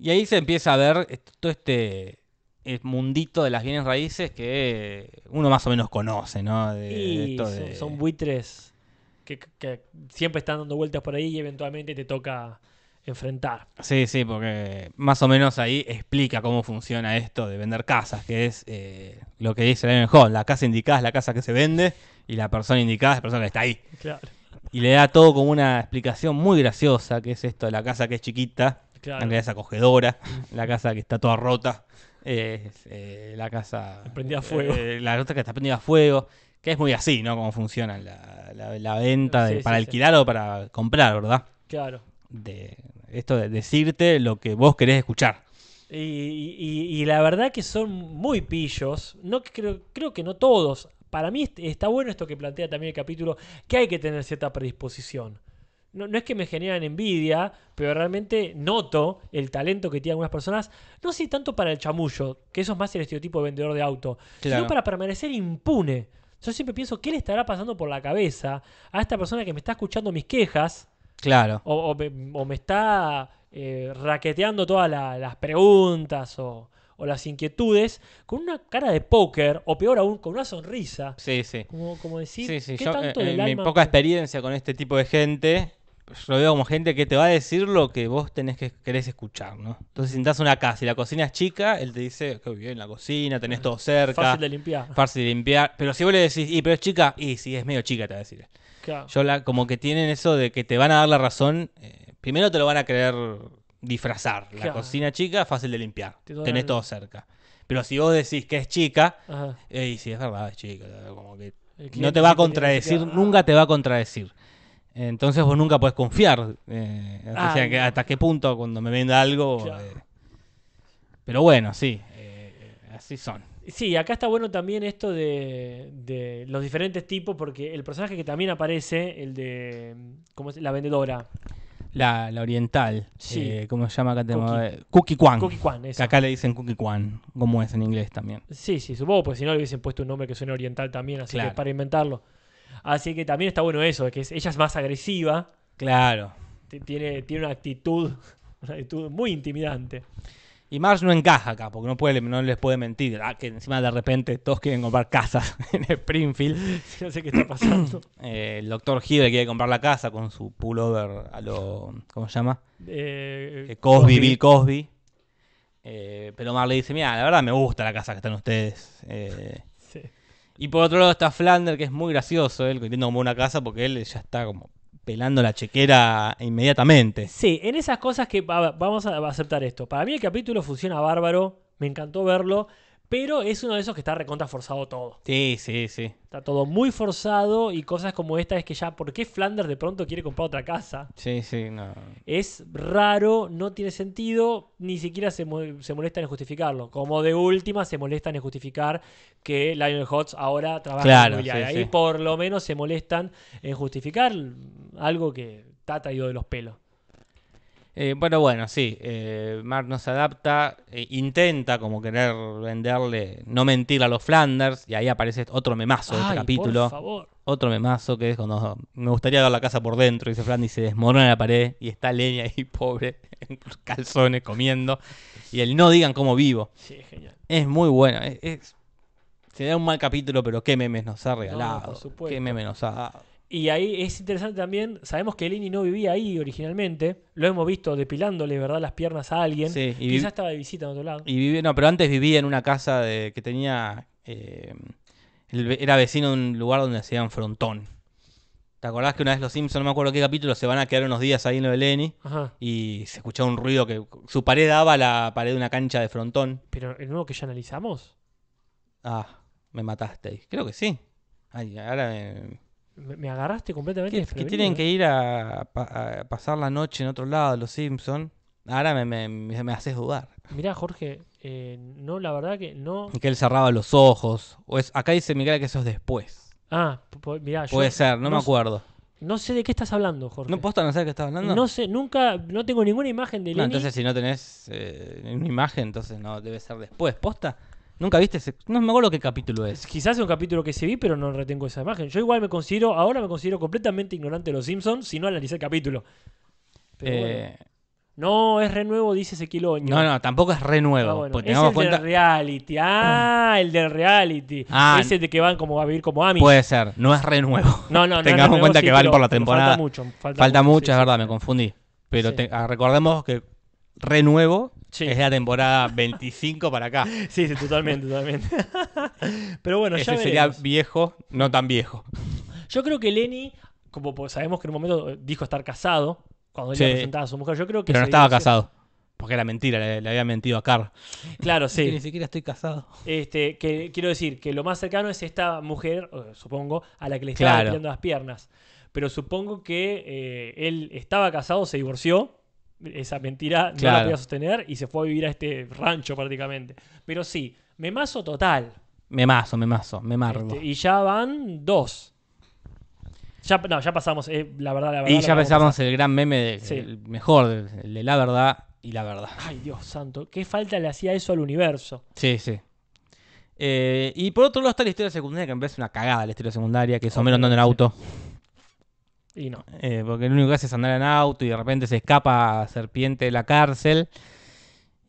Speaker 11: Y ahí se empieza a ver est- todo este eh, mundito de las bienes raíces que uno más o menos conoce, ¿no? De- de
Speaker 10: Y
Speaker 11: Eh, esto
Speaker 10: son,
Speaker 11: de-
Speaker 10: son buitres que, que siempre están dando vueltas por ahí y eventualmente te toca enfrentar.
Speaker 11: Sí, sí, porque más o menos ahí explica cómo funciona esto de vender casas, que es eh, lo que dice Leonard Hall. La casa indicada es la casa que se vende y la persona indicada es la persona que está ahí.
Speaker 10: Claro.
Speaker 11: Y le da todo como una explicación muy graciosa, que es esto de la casa que es chiquita,
Speaker 10: Claro.
Speaker 11: la que es acogedora, la casa que está toda rota, eh, eh, la casa...
Speaker 10: Prendida a fuego.
Speaker 11: eh, la otra que está prendida a fuego, que es muy así, ¿no? Cómo funciona la, la- la venta de-
Speaker 10: Sí,
Speaker 11: para
Speaker 10: sí, sí.
Speaker 11: alquilar o para comprar, ¿verdad?
Speaker 10: Claro.
Speaker 11: De esto de decirte lo que vos querés escuchar.
Speaker 10: Y, y- y la verdad que son muy pillos. No creo, creo que no todos. Para mí est- está bueno esto que plantea también el capítulo, que hay que tener cierta predisposición. No, no es que me generan envidia, pero realmente noto el talento que tienen algunas personas. No sé tanto para el chamullo, que eso es más el estereotipo de vendedor de auto, sino
Speaker 11: Claro.
Speaker 10: para permanecer impune. Yo siempre pienso, ¿qué le estará pasando por la cabeza a esta persona que me está escuchando mis quejas?
Speaker 11: Claro.
Speaker 10: O, o me, o me está eh, raqueteando todas la- las preguntas o, o las inquietudes con una cara de póker o peor aún con una sonrisa.
Speaker 11: Sí, sí.
Speaker 10: Como, como decir,
Speaker 11: Sí, sí,
Speaker 10: ¿qué
Speaker 11: yo,
Speaker 10: tanto
Speaker 11: eh,
Speaker 10: del
Speaker 11: en mi
Speaker 10: alma
Speaker 11: poca
Speaker 10: me-
Speaker 11: experiencia con este tipo de gente, yo lo veo como gente que te va a decir lo que vos tenés que querés escuchar, ¿no? Entonces si entras a una casa y la cocina es chica, él te dice, qué bien la cocina, tenés todo cerca,
Speaker 10: fácil de limpiar?
Speaker 11: fácil de limpiar. Pero si vos le decís, y pero es chica, y sí, es medio chica, te va a decir.
Speaker 10: Claro.
Speaker 11: Yo la, como que tienen eso de que te van a dar la razón, eh, primero te lo van a querer disfrazar. La
Speaker 10: Claro.
Speaker 11: cocina chica, fácil de limpiar,
Speaker 10: Te doy
Speaker 11: tenés
Speaker 10: la-
Speaker 11: todo cerca. Pero si vos decís que es chica,
Speaker 10: Ajá.
Speaker 11: eh, y sí, es verdad, es chica, como que
Speaker 10: El
Speaker 11: no
Speaker 10: cliente
Speaker 11: te
Speaker 10: siempre tiene
Speaker 11: va a
Speaker 10: que
Speaker 11: contradecir,
Speaker 10: decir,
Speaker 11: nunca te va a contradecir. Entonces vos nunca podés confiar. eh, hasta,
Speaker 10: Ah,
Speaker 11: sea que-
Speaker 10: no.
Speaker 11: hasta qué punto cuando me venda algo.
Speaker 10: Claro.
Speaker 11: eh. pero bueno, sí. eh, así son.
Speaker 10: "Ah". Sí, acá está bueno también esto de, de los diferentes tipos, porque el personaje que también aparece, el de ¿cómo es? la vendedora,
Speaker 11: La, la oriental.
Speaker 10: Sí.
Speaker 11: eh, ¿Cómo se llama acá? Tenemos,
Speaker 10: Cookie.
Speaker 11: eh, Cookie Kwan.
Speaker 10: Cookie Kwan,
Speaker 11: Que
Speaker 10: esa.
Speaker 11: acá le dicen Cookie Kwan, como es en inglés también.
Speaker 10: Sí, sí, supongo, porque si no le hubiesen puesto un nombre que suene oriental también, así que
Speaker 11: Claro.
Speaker 10: para inventarlo. Así que también está bueno eso, que es- ella es más agresiva,
Speaker 11: Claro.
Speaker 10: t- tiene, tiene una actitud, una actitud muy intimidante.
Speaker 11: Y Marge no encaja acá, porque no, puede, no les puede mentir. Ah, que encima de repente todos quieren comprar casas en Springfield.
Speaker 10: No sé qué está pasando.
Speaker 11: Eh, el doctor Hibbert quiere comprar la casa con su pullover a lo. ¿Cómo se llama?
Speaker 10: Eh,
Speaker 11: Eh, Cosby, Bill Cosby. Eh, pero Marge le dice: Mira, la verdad me gusta la casa que están ustedes. Eh,
Speaker 10: Sí.
Speaker 11: Y por otro lado está Flander, que es muy gracioso, él que entiendo como una casa, porque él ya está como pelando la chequera inmediatamente.
Speaker 10: Sí, en esas cosas que a ver, vamos a aceptar esto. Para mí el capítulo funciona bárbaro, me encantó verlo, pero es uno de esos que está recontra forzado todo.
Speaker 11: Sí, sí, sí.
Speaker 10: Está todo muy forzado y cosas como esta es que ya, ¿por qué Flanders de pronto quiere comprar otra casa?
Speaker 11: Sí, sí, no.
Speaker 10: Es raro, no tiene sentido, ni siquiera se, mo- se molestan en justificarlo. Como de última se molestan en justificar que Lionel Hotz ahora trabaja
Speaker 11: Claro,
Speaker 10: en inmobiliaria.
Speaker 11: sí,
Speaker 10: Ahí
Speaker 11: sí.
Speaker 10: por lo menos se molestan en justificar algo que está traído de los pelos.
Speaker 11: Eh, bueno, bueno, sí. Eh, Mark no se adapta, eh, intenta como querer venderle, no mentir a los Flanders, y ahí aparece otro memazo de este
Speaker 10: Ay,
Speaker 11: capítulo.
Speaker 10: Por favor.
Speaker 11: Otro memazo que es cuando me gustaría ver la casa por dentro, dice Flanders, y se desmorona la pared, y está Leña ahí, pobre, en calzones comiendo, y el no digan cómo vivo.
Speaker 10: Sí, genial.
Speaker 11: Es muy bueno. Es, es- Se da un mal capítulo, pero qué memes nos ha regalado.
Speaker 10: por supuesto.
Speaker 11: qué memes nos ha dado.
Speaker 10: Y ahí es interesante también, sabemos que Lenny no vivía ahí originalmente, lo hemos visto depilándole, ¿verdad?, las piernas a alguien.
Speaker 11: Sí, y vi-
Speaker 10: Quizás estaba de visita en otro lado.
Speaker 11: Y vivía, no, pero antes vivía en una casa de, que tenía. eh, el ve- era vecino de un lugar donde hacían frontón. ¿Te acordás que una vez los Simpsons, no me acuerdo qué capítulo, se van a quedar unos días ahí en lo de Lenny?
Speaker 10: Ajá.
Speaker 11: Y se escuchaba un ruido que. Su pared daba a la pared de una cancha de frontón.
Speaker 10: Pero el nuevo que ya analizamos,
Speaker 11: Ah, me mataste. Creo que sí. Ay, ahora me-
Speaker 10: me, me agarraste completamente.
Speaker 11: Que, que tienen que ir a, pa- a pasar la noche en otro lado, los Simpson. Ahora me, me, me- me haces dudar.
Speaker 10: Mirá, Jorge, eh, no, la verdad que no.
Speaker 11: Que él cerraba los ojos. O es, acá dice Miguel que eso es después.
Speaker 10: Ah, po- po- mirá, yo
Speaker 11: Puede ser, no, me
Speaker 10: sé-
Speaker 11: acuerdo.
Speaker 10: No sé de qué estás hablando, Jorge.
Speaker 11: ¿No posta no saber qué estaba hablando?
Speaker 10: No sé, nunca, no tengo ninguna imagen de
Speaker 11: No,
Speaker 10: Lenny.
Speaker 11: entonces si no tenés eh, una imagen, entonces no, debe ser después. ¿Posta? ¿Nunca viste ese? No me acuerdo qué capítulo es.
Speaker 10: Quizás es un capítulo que se vi, pero no retengo esa imagen. Yo igual me considero, ahora me considero completamente ignorante de los Simpsons si no analicé el capítulo. Pero bueno.
Speaker 11: Eh,
Speaker 10: No, es renuevo, dice Ezequiel Oño.
Speaker 11: no, no, tampoco es re nuevo.
Speaker 10: Ah, bueno.
Speaker 11: porque
Speaker 10: Es
Speaker 11: tengamos
Speaker 10: el
Speaker 11: cuenta-
Speaker 10: del reality. Ah, el del reality.
Speaker 11: Ah,
Speaker 10: Ese de que van como a vivir como Amish.
Speaker 11: Puede ser, no es re nuevo.
Speaker 10: no, no, no.
Speaker 11: tengamos en
Speaker 10: renuevo,
Speaker 11: cuenta
Speaker 10: sí,
Speaker 11: que van
Speaker 10: pero-
Speaker 11: por la
Speaker 10: pero
Speaker 11: temporada.
Speaker 10: Falta mucho. Falta,
Speaker 11: Falta
Speaker 10: mucho,
Speaker 11: mucho,
Speaker 10: sí,
Speaker 11: es
Speaker 10: sí.
Speaker 11: verdad, me confundí. Pero
Speaker 10: Sí.
Speaker 11: te- ah, recordemos que Renuevo
Speaker 10: Sí.
Speaker 11: es la temporada 25 para acá.
Speaker 10: Sí, sí, totalmente, totalmente. pero bueno, ya
Speaker 11: Ese sería
Speaker 10: veremos.
Speaker 11: viejo, no tan viejo.
Speaker 10: Yo creo que Lenny, como po- sabemos que en un momento eh, dijo estar casado, cuando él
Speaker 11: Sí.
Speaker 10: le presentaba a su mujer, yo creo que...
Speaker 11: Pero no
Speaker 10: se
Speaker 11: estaba
Speaker 10: divorció.
Speaker 11: casado. Porque era mentira, le, le había mentido a Carl.
Speaker 10: Claro, sí.
Speaker 11: siquiera estoy casado.
Speaker 10: Este, que quiero decir que lo más cercano es esta mujer, eh, supongo, a la que le estaba
Speaker 11: Claro.
Speaker 10: depilando las piernas. Pero supongo que eh, él estaba casado, se divorció. Esa mentira no la
Speaker 11: Claro.
Speaker 10: podía sostener y se fue a vivir a este rancho prácticamente. Pero sí, memazo total.
Speaker 11: Me mazo, me mazo, me margo.
Speaker 10: Este, y ya van dos. Ya, no, ya pasamos, eh, la verdad, la verdad.
Speaker 11: y
Speaker 10: la
Speaker 11: ya
Speaker 10: acabamos de
Speaker 11: pensamos el gran meme, de-
Speaker 10: Sí.
Speaker 11: el mejor, el de la verdad y la verdad.
Speaker 10: pasar. Ay, Dios santo, qué falta le hacía eso al universo.
Speaker 11: Sí, sí. Eh, y por otro lado está la historia secundaria, que me parece una cagada la historia secundaria, que es Homero andando en auto.
Speaker 10: Y no.
Speaker 11: Eh, porque lo único que hace es andar en auto y de repente se escapa serpiente de la cárcel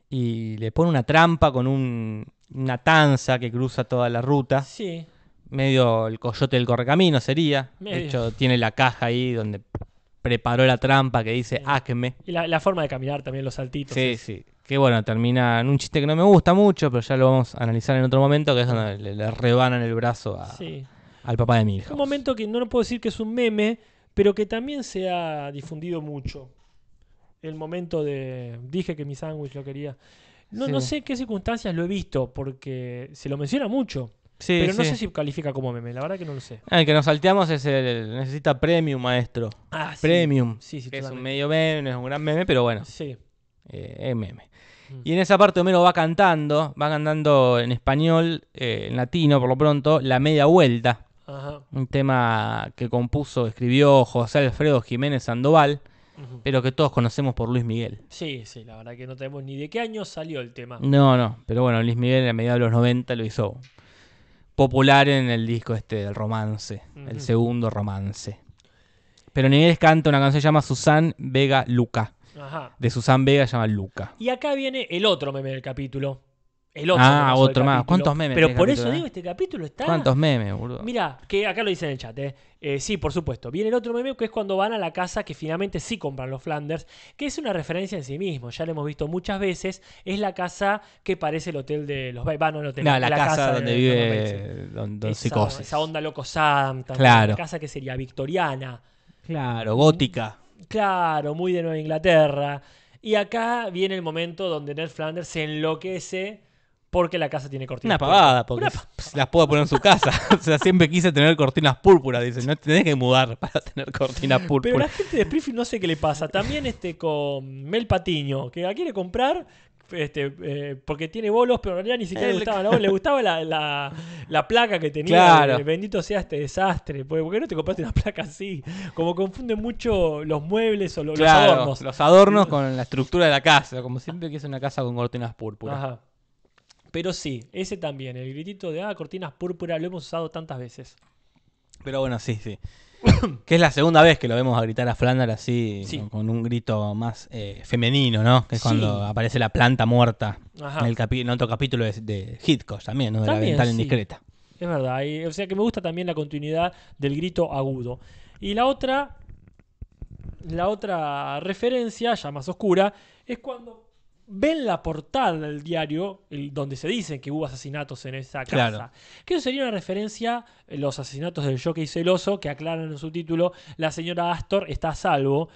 Speaker 11: y le pone una trampa con un- una tanza que cruza toda la ruta.
Speaker 10: Sí,
Speaker 11: Medio el coyote del correcamino sería. De
Speaker 10: Medio.
Speaker 11: hecho, tiene la caja ahí donde preparó la trampa que dice Acme.
Speaker 10: y la, la forma de caminar también, los saltitos.
Speaker 11: Sí, sí. Que bueno, termina en un chiste que no me gusta mucho, pero ya lo vamos a analizar en otro momento, que es donde le, le rebanan el brazo a-
Speaker 10: sí.
Speaker 11: al papá de
Speaker 10: Es un
Speaker 11: Milhouse.
Speaker 10: momento que no lo puedo decir que es un meme, pero que también se ha difundido mucho. El momento de. Dije que mi sándwich lo quería. No,
Speaker 11: Sí.
Speaker 10: no sé en qué circunstancias lo he visto, porque se lo menciona mucho.
Speaker 11: Sí,
Speaker 10: pero no
Speaker 11: sí.
Speaker 10: sé si califica como meme, la verdad que no lo sé.
Speaker 11: Ah, El que nos salteamos es el, el- necesita premium, maestro.
Speaker 10: Ah,
Speaker 11: Premium.
Speaker 10: Sí, sí,
Speaker 11: Que es un
Speaker 10: totalmente.
Speaker 11: medio meme, no es un gran meme, pero bueno,
Speaker 10: Sí.
Speaker 11: eh, es meme.
Speaker 10: Mm.
Speaker 11: Y en esa parte Homero va cantando, va cantando en español, eh, en latino por lo pronto, La Media Vuelta,
Speaker 10: Ajá.
Speaker 11: un tema que compuso, escribió José Alfredo Jiménez Sandoval,
Speaker 10: Ujú.
Speaker 11: pero que todos conocemos por Luis Miguel.
Speaker 10: Sí, sí, la verdad que no tenemos ni de qué año salió el tema.
Speaker 11: No, no, pero bueno, Luis Miguel a mediados de los 90 lo hizo popular en el disco este del romance,
Speaker 10: Ujú.
Speaker 11: el segundo romance. Pero Nieves canta una canción que se llama Susan Vega Luca.
Speaker 10: Ajá.
Speaker 11: De Susan Vega se llama Luca.
Speaker 10: Y acá viene el otro meme del capítulo. El otro.
Speaker 11: Ah,
Speaker 10: memazo del
Speaker 11: otro más.
Speaker 10: capítulo.
Speaker 11: ¿Cuántos memes
Speaker 10: Pero
Speaker 11: tiene
Speaker 10: por
Speaker 11: el
Speaker 10: eso
Speaker 11: capítulo,
Speaker 10: digo,
Speaker 11: eh?
Speaker 10: este capítulo está.
Speaker 11: ¿Cuántos memes, boludo?
Speaker 10: Mira, que acá lo dice en el chat, ¿eh? Eh, Sí, por supuesto. Viene el otro meme que es cuando van a la casa que finalmente sí compran los Flanders, que es una referencia en sí mismo. Ya lo hemos visto muchas veces. Es la casa que parece el hotel de los Bates. Va, no el hotel.
Speaker 11: No, la, casa,
Speaker 10: de-
Speaker 11: donde
Speaker 10: de los Bates,
Speaker 11: vive Don, don
Speaker 10: sí. esa,
Speaker 11: Psicosis.
Speaker 10: esa onda loco Sam. también,
Speaker 11: Claro.
Speaker 10: Una casa que sería victoriana.
Speaker 11: Claro, gótica.
Speaker 10: Claro, muy de Nueva Inglaterra. Y acá viene el momento donde Ned Flanders se enloquece porque la casa tiene cortinas.
Speaker 11: Una pavada, porque
Speaker 10: Una
Speaker 11: s- se las puedo poner en su casa. o sea, siempre quise tener cortinas púrpuras. Dicen, no te tenés que mudar para tener cortinas
Speaker 10: Pero la
Speaker 11: púrpuras.
Speaker 10: gente de Springfield no sé qué le pasa. También este con Mel Patiño, que la quiere comprar este, eh, porque tiene bolos, pero en realidad ni siquiera le
Speaker 11: El-
Speaker 10: gustaba la bola, le gustaba la, la- la placa que tenía.
Speaker 11: Claro.
Speaker 10: de Bendito sea este desastre. porque- ¿Por qué no te compraste una placa así? Como confunde mucho los muebles o lo-
Speaker 11: Claro,
Speaker 10: los adornos.
Speaker 11: los adornos con la estructura de la casa. Como siempre quise una casa con cortinas púrpuras.
Speaker 10: Ajá. Pero sí, ese también, el gritito de ah, cortinas púrpura, lo hemos usado tantas veces.
Speaker 11: Pero bueno, sí, sí. que es la segunda vez que lo vemos a gritar a Flanders así,
Speaker 10: Sí.
Speaker 11: con, con un grito más eh, femenino, ¿no? Que es
Speaker 10: Sí.
Speaker 11: cuando aparece la planta muerta.
Speaker 10: Ajá.
Speaker 11: En, el capi- en otro capítulo de, de Hitchcock también, ¿no? De la
Speaker 10: También,
Speaker 11: ventana
Speaker 10: sí.
Speaker 11: indiscreta.
Speaker 10: Es verdad, y- o sea que me gusta también la continuidad del grito agudo. Y la otra, la otra referencia, ya más oscura, es cuando ven la portada del diario el- donde se dicen que hubo asesinatos en esa casa.
Speaker 11: Claro.
Speaker 10: Que eso sería una referencia eh, los asesinatos del jockey celoso, que aclaran en su título, la señora Astor está a salvo.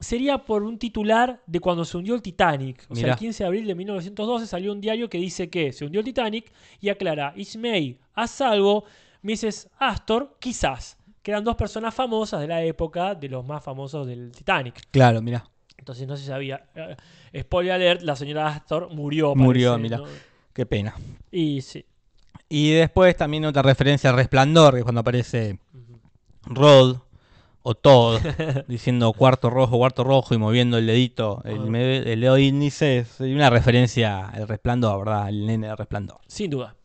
Speaker 10: Sería por un titular de cuando se hundió el Titanic. O sea,
Speaker 11: Mirá.
Speaker 10: el 15 de abril de 1912 salió un diario que dice que se hundió el Titanic y aclara Ismay a salvo, Mrs. Astor quizás. Que eran dos personas famosas de la época, de los más famosos del Titanic.
Speaker 11: Claro, mirá.
Speaker 10: Entonces no se sabía. Eh, Spoiler alert, la señora Astor murió.
Speaker 11: Murió,
Speaker 10: parece,
Speaker 11: mirá.
Speaker 10: ¿no?
Speaker 11: Qué pena.
Speaker 10: Y sí.
Speaker 11: Y después también otra referencia a Resplandor, que es cuando aparece Rod o Todd diciendo cuarto rojo, cuarto rojo y moviendo el dedito, el,
Speaker 10: Ah.
Speaker 11: me- el dedo índice, es una referencia al Resplandor, ¿verdad? El nene de Resplandor.
Speaker 10: Sin duda.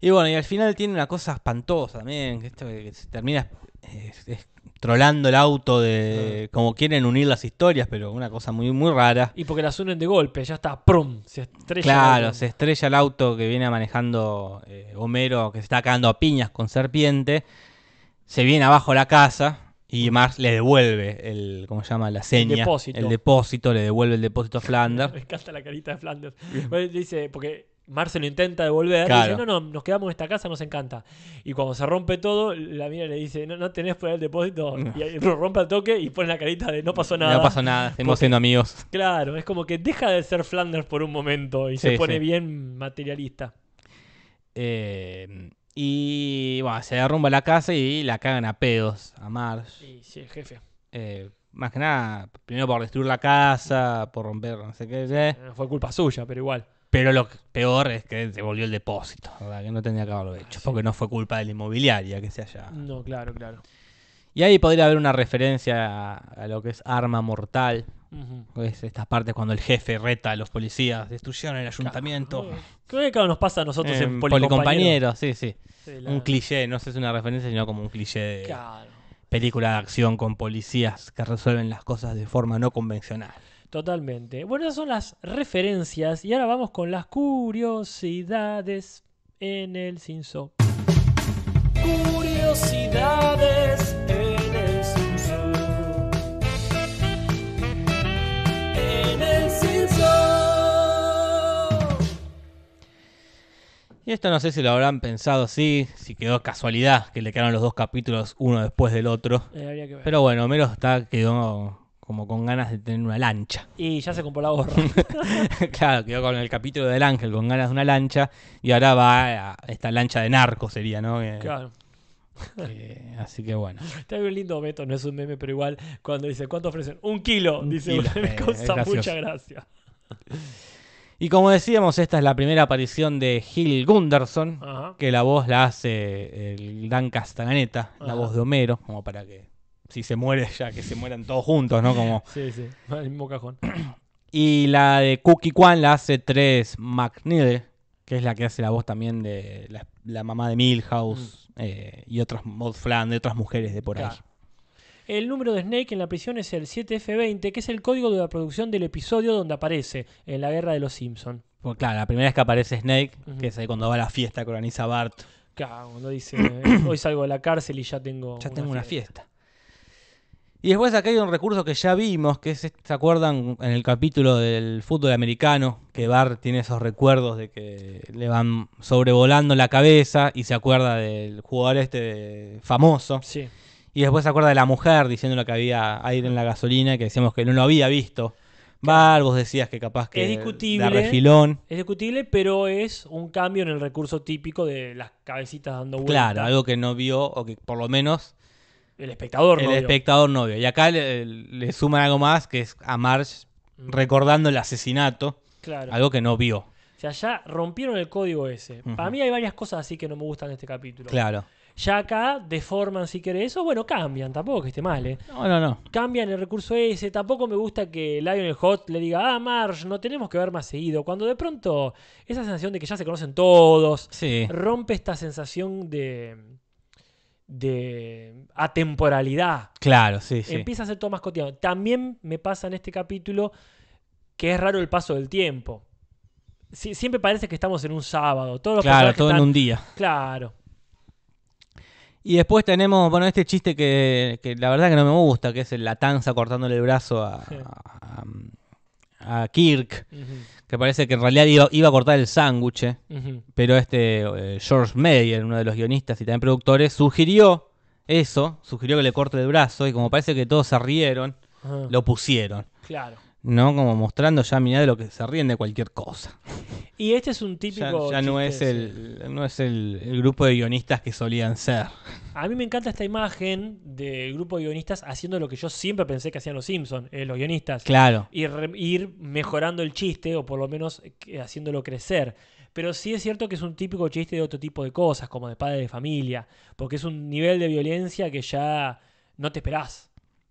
Speaker 11: Y bueno, y al final tiene una cosa espantosa también, que esto que que se termina eh, es- trolando el auto de como quieren unir las historias, pero una cosa muy muy rara.
Speaker 10: Y porque las unen de golpe, ya está, prum, se estrella.
Speaker 11: Claro,
Speaker 10: con-
Speaker 11: se estrella el auto que viene manejando eh, Homero, que se está cagando a piñas con serpiente. Se viene abajo la casa y Marx le devuelve el, ¿cómo se llama? La seña.
Speaker 10: depósito.
Speaker 11: El depósito, le devuelve el depósito a
Speaker 10: Me
Speaker 11: Flanders.
Speaker 10: encanta la carita de Flanders. Bueno, dice, porque Marcelo intenta devolver.
Speaker 11: Claro.
Speaker 10: Dice, no, no, nos quedamos en esta casa, nos encanta. Y cuando se rompe todo, la mira le dice, no, no tenés por el depósito. Y ahí lo rompe al toque y pone la carita de no pasó nada.
Speaker 11: No pasó nada, seguimos
Speaker 10: Porque-
Speaker 11: siendo amigos.
Speaker 10: Claro, es como que deja de ser Flanders por un momento y
Speaker 11: Sí,
Speaker 10: se pone
Speaker 11: sí.
Speaker 10: bien materialista.
Speaker 11: Eh, y bueno, se derrumba la casa y la cagan a pedos a Marx.
Speaker 10: Sí, sí, jefe.
Speaker 11: Eh, más que nada, primero por destruir la casa, por romper no sé qué. eh.
Speaker 10: Eh, Fue culpa suya, pero igual.
Speaker 11: Pero lo que- peor es que devolvió el depósito, ¿verdad? que no tendría que haberlo hecho, porque no fue culpa de la inmobiliaria que se haya.
Speaker 10: No, claro, claro.
Speaker 11: Y ahí podría haber una referencia a, a lo que es arma mortal,
Speaker 10: Ujú.
Speaker 11: que es estas partes cuando el jefe reta a los policías, destruyeron el ayuntamiento.
Speaker 10: Creo que nos pasa a nosotros
Speaker 11: Eh,
Speaker 10: en Policompañero.
Speaker 11: policompañeros, sí, sí.
Speaker 10: Sí, la-
Speaker 11: Un cliché, no sé si es una referencia, sino como un cliché de
Speaker 10: Claro.
Speaker 11: película de acción con policías que resuelven las cosas de forma no convencional.
Speaker 10: Totalmente. Bueno, esas son las referencias y ahora vamos con las curiosidades en el Cinso.
Speaker 4: Curiosidades en el Simpson. En el Simpson.
Speaker 11: Y esto no sé si lo habrán pensado así, si quedó casualidad que le quedaron los dos capítulos uno después del otro.
Speaker 10: Eh, habría que ver.
Speaker 11: Pero bueno, Homero está, quedó como con ganas de tener una lancha.
Speaker 10: Y ya se compró la gorra.
Speaker 11: claro, quedó con el capítulo del ángel, con ganas de una lancha. Y ahora va a esta lancha de narco, sería, ¿no? Que-
Speaker 10: claro.
Speaker 11: que- así que bueno.
Speaker 10: Está bien lindo momento, no es un meme, pero igual cuando dice, ¿cuánto ofrecen? Un kilo.
Speaker 11: Un
Speaker 10: dice,
Speaker 11: kilo.
Speaker 10: me
Speaker 11: Eh,
Speaker 10: causa
Speaker 11: es gracioso.
Speaker 10: mucha gracia.
Speaker 11: Y como decíamos, esta es la primera aparición de Gil Gunderson,
Speaker 10: Ajá.
Speaker 11: que la voz la hace eh, el Dan Castaneta, la
Speaker 10: Ajá.
Speaker 11: voz de Homero, como para que si se muere ya que se mueran todos juntos, ¿no? Como
Speaker 10: Sí, sí. El mismo cajón.
Speaker 11: y la de Cookie Kwan la hace Tres McNeil, que es la que hace la voz también de la, la mamá de Milhouse eh, y otras Maud Flan, de otras mujeres de por ahí.
Speaker 10: Claro. El número de Snake en la prisión es el 7F20, que es el código de la producción del episodio donde aparece en la guerra de los Simpsons.
Speaker 11: Porque, claro, la primera vez que aparece Snake,
Speaker 10: Ujú.
Speaker 11: que es ahí cuando va a la fiesta con Anissa Bart.
Speaker 10: Claro, cuando dice, "Eh, hoy salgo de la cárcel y ya tengo
Speaker 11: Ya tengo una fiesta. Y después acá hay un recurso que ya vimos, que es, este- ¿se acuerdan en el capítulo del fútbol americano? Que Bart tiene esos recuerdos de que le van sobrevolando la cabeza y se acuerda del jugador este famoso.
Speaker 10: Sí.
Speaker 11: Y después se acuerda de la mujer diciéndole que había aire en la gasolina, que decíamos que no lo había visto. Bar, vos decías que capaz que
Speaker 10: Es discutible.
Speaker 11: de refilón.
Speaker 10: Es discutible, pero es un cambio en el recurso típico de las cabecitas dando vueltas.
Speaker 11: Claro, algo que no vio o que por lo menos
Speaker 10: El espectador,
Speaker 11: el
Speaker 10: no vio.
Speaker 11: espectador no vio. Y acá le, le suman algo más, que es a Marge recordando el asesinato,
Speaker 10: Mm. Claro.
Speaker 11: algo que no vio.
Speaker 10: O sea, ya rompieron el código ese.
Speaker 11: Ujú.
Speaker 10: Para mí hay varias cosas así que no me gustan de este capítulo.
Speaker 11: Claro.
Speaker 10: Ya acá deforman si querés eso, bueno, cambian, tampoco que esté mal, ¿eh?
Speaker 11: No, no, no.
Speaker 10: Cambian el recurso ese, tampoco me gusta que Lionel Hot le diga, ah, Marge, no tenemos que ver más seguido, cuando de pronto esa sensación de que ya se conocen todos,
Speaker 11: Sí.
Speaker 10: rompe esta sensación de, de atemporalidad.
Speaker 11: Claro, sí, sí.
Speaker 10: Empieza a ser todo más cotidiano. También me pasa en este capítulo que es raro el paso del tiempo. Sie- siempre parece que estamos en un sábado. Todos los
Speaker 11: Claro,
Speaker 10: personajes
Speaker 11: todo en
Speaker 10: están-
Speaker 11: un día.
Speaker 10: Claro.
Speaker 11: Y después tenemos, bueno, este chiste que, que la verdad que no me gusta, que es la tanza cortándole el brazo a,
Speaker 10: Sí.
Speaker 11: a- a Kirk,
Speaker 10: Ujú,
Speaker 11: que parece que en realidad iba, iba a cortar el sándwich, eh,
Speaker 10: ujú.
Speaker 11: pero este eh, George Meyer, uno de los guionistas y también productores, sugirió eso, sugirió que le corte el brazo y como parece que todos se rieron,
Speaker 10: Ajá.
Speaker 11: lo pusieron,
Speaker 10: Ah, Claro.
Speaker 11: ¿no? Como mostrando ya, mirá de lo que se ríen de cualquier cosa.
Speaker 10: Y este es un
Speaker 11: Ya,
Speaker 10: típico.
Speaker 11: ya no
Speaker 10: chiste,
Speaker 11: es,
Speaker 10: sí.
Speaker 11: el, no es el- el grupo de guionistas que solían ser.
Speaker 10: A mí me encanta esta imagen del grupo de guionistas haciendo lo que yo siempre pensé que hacían los Simpsons, los guionistas.
Speaker 11: Claro.
Speaker 10: y re- ir mejorando el chiste o por lo menos eh, que- haciéndolo crecer. Pero sí es cierto que es un típico chiste de otro tipo de cosas, como de padre de familia, porque es un nivel de violencia que ya no te esperás.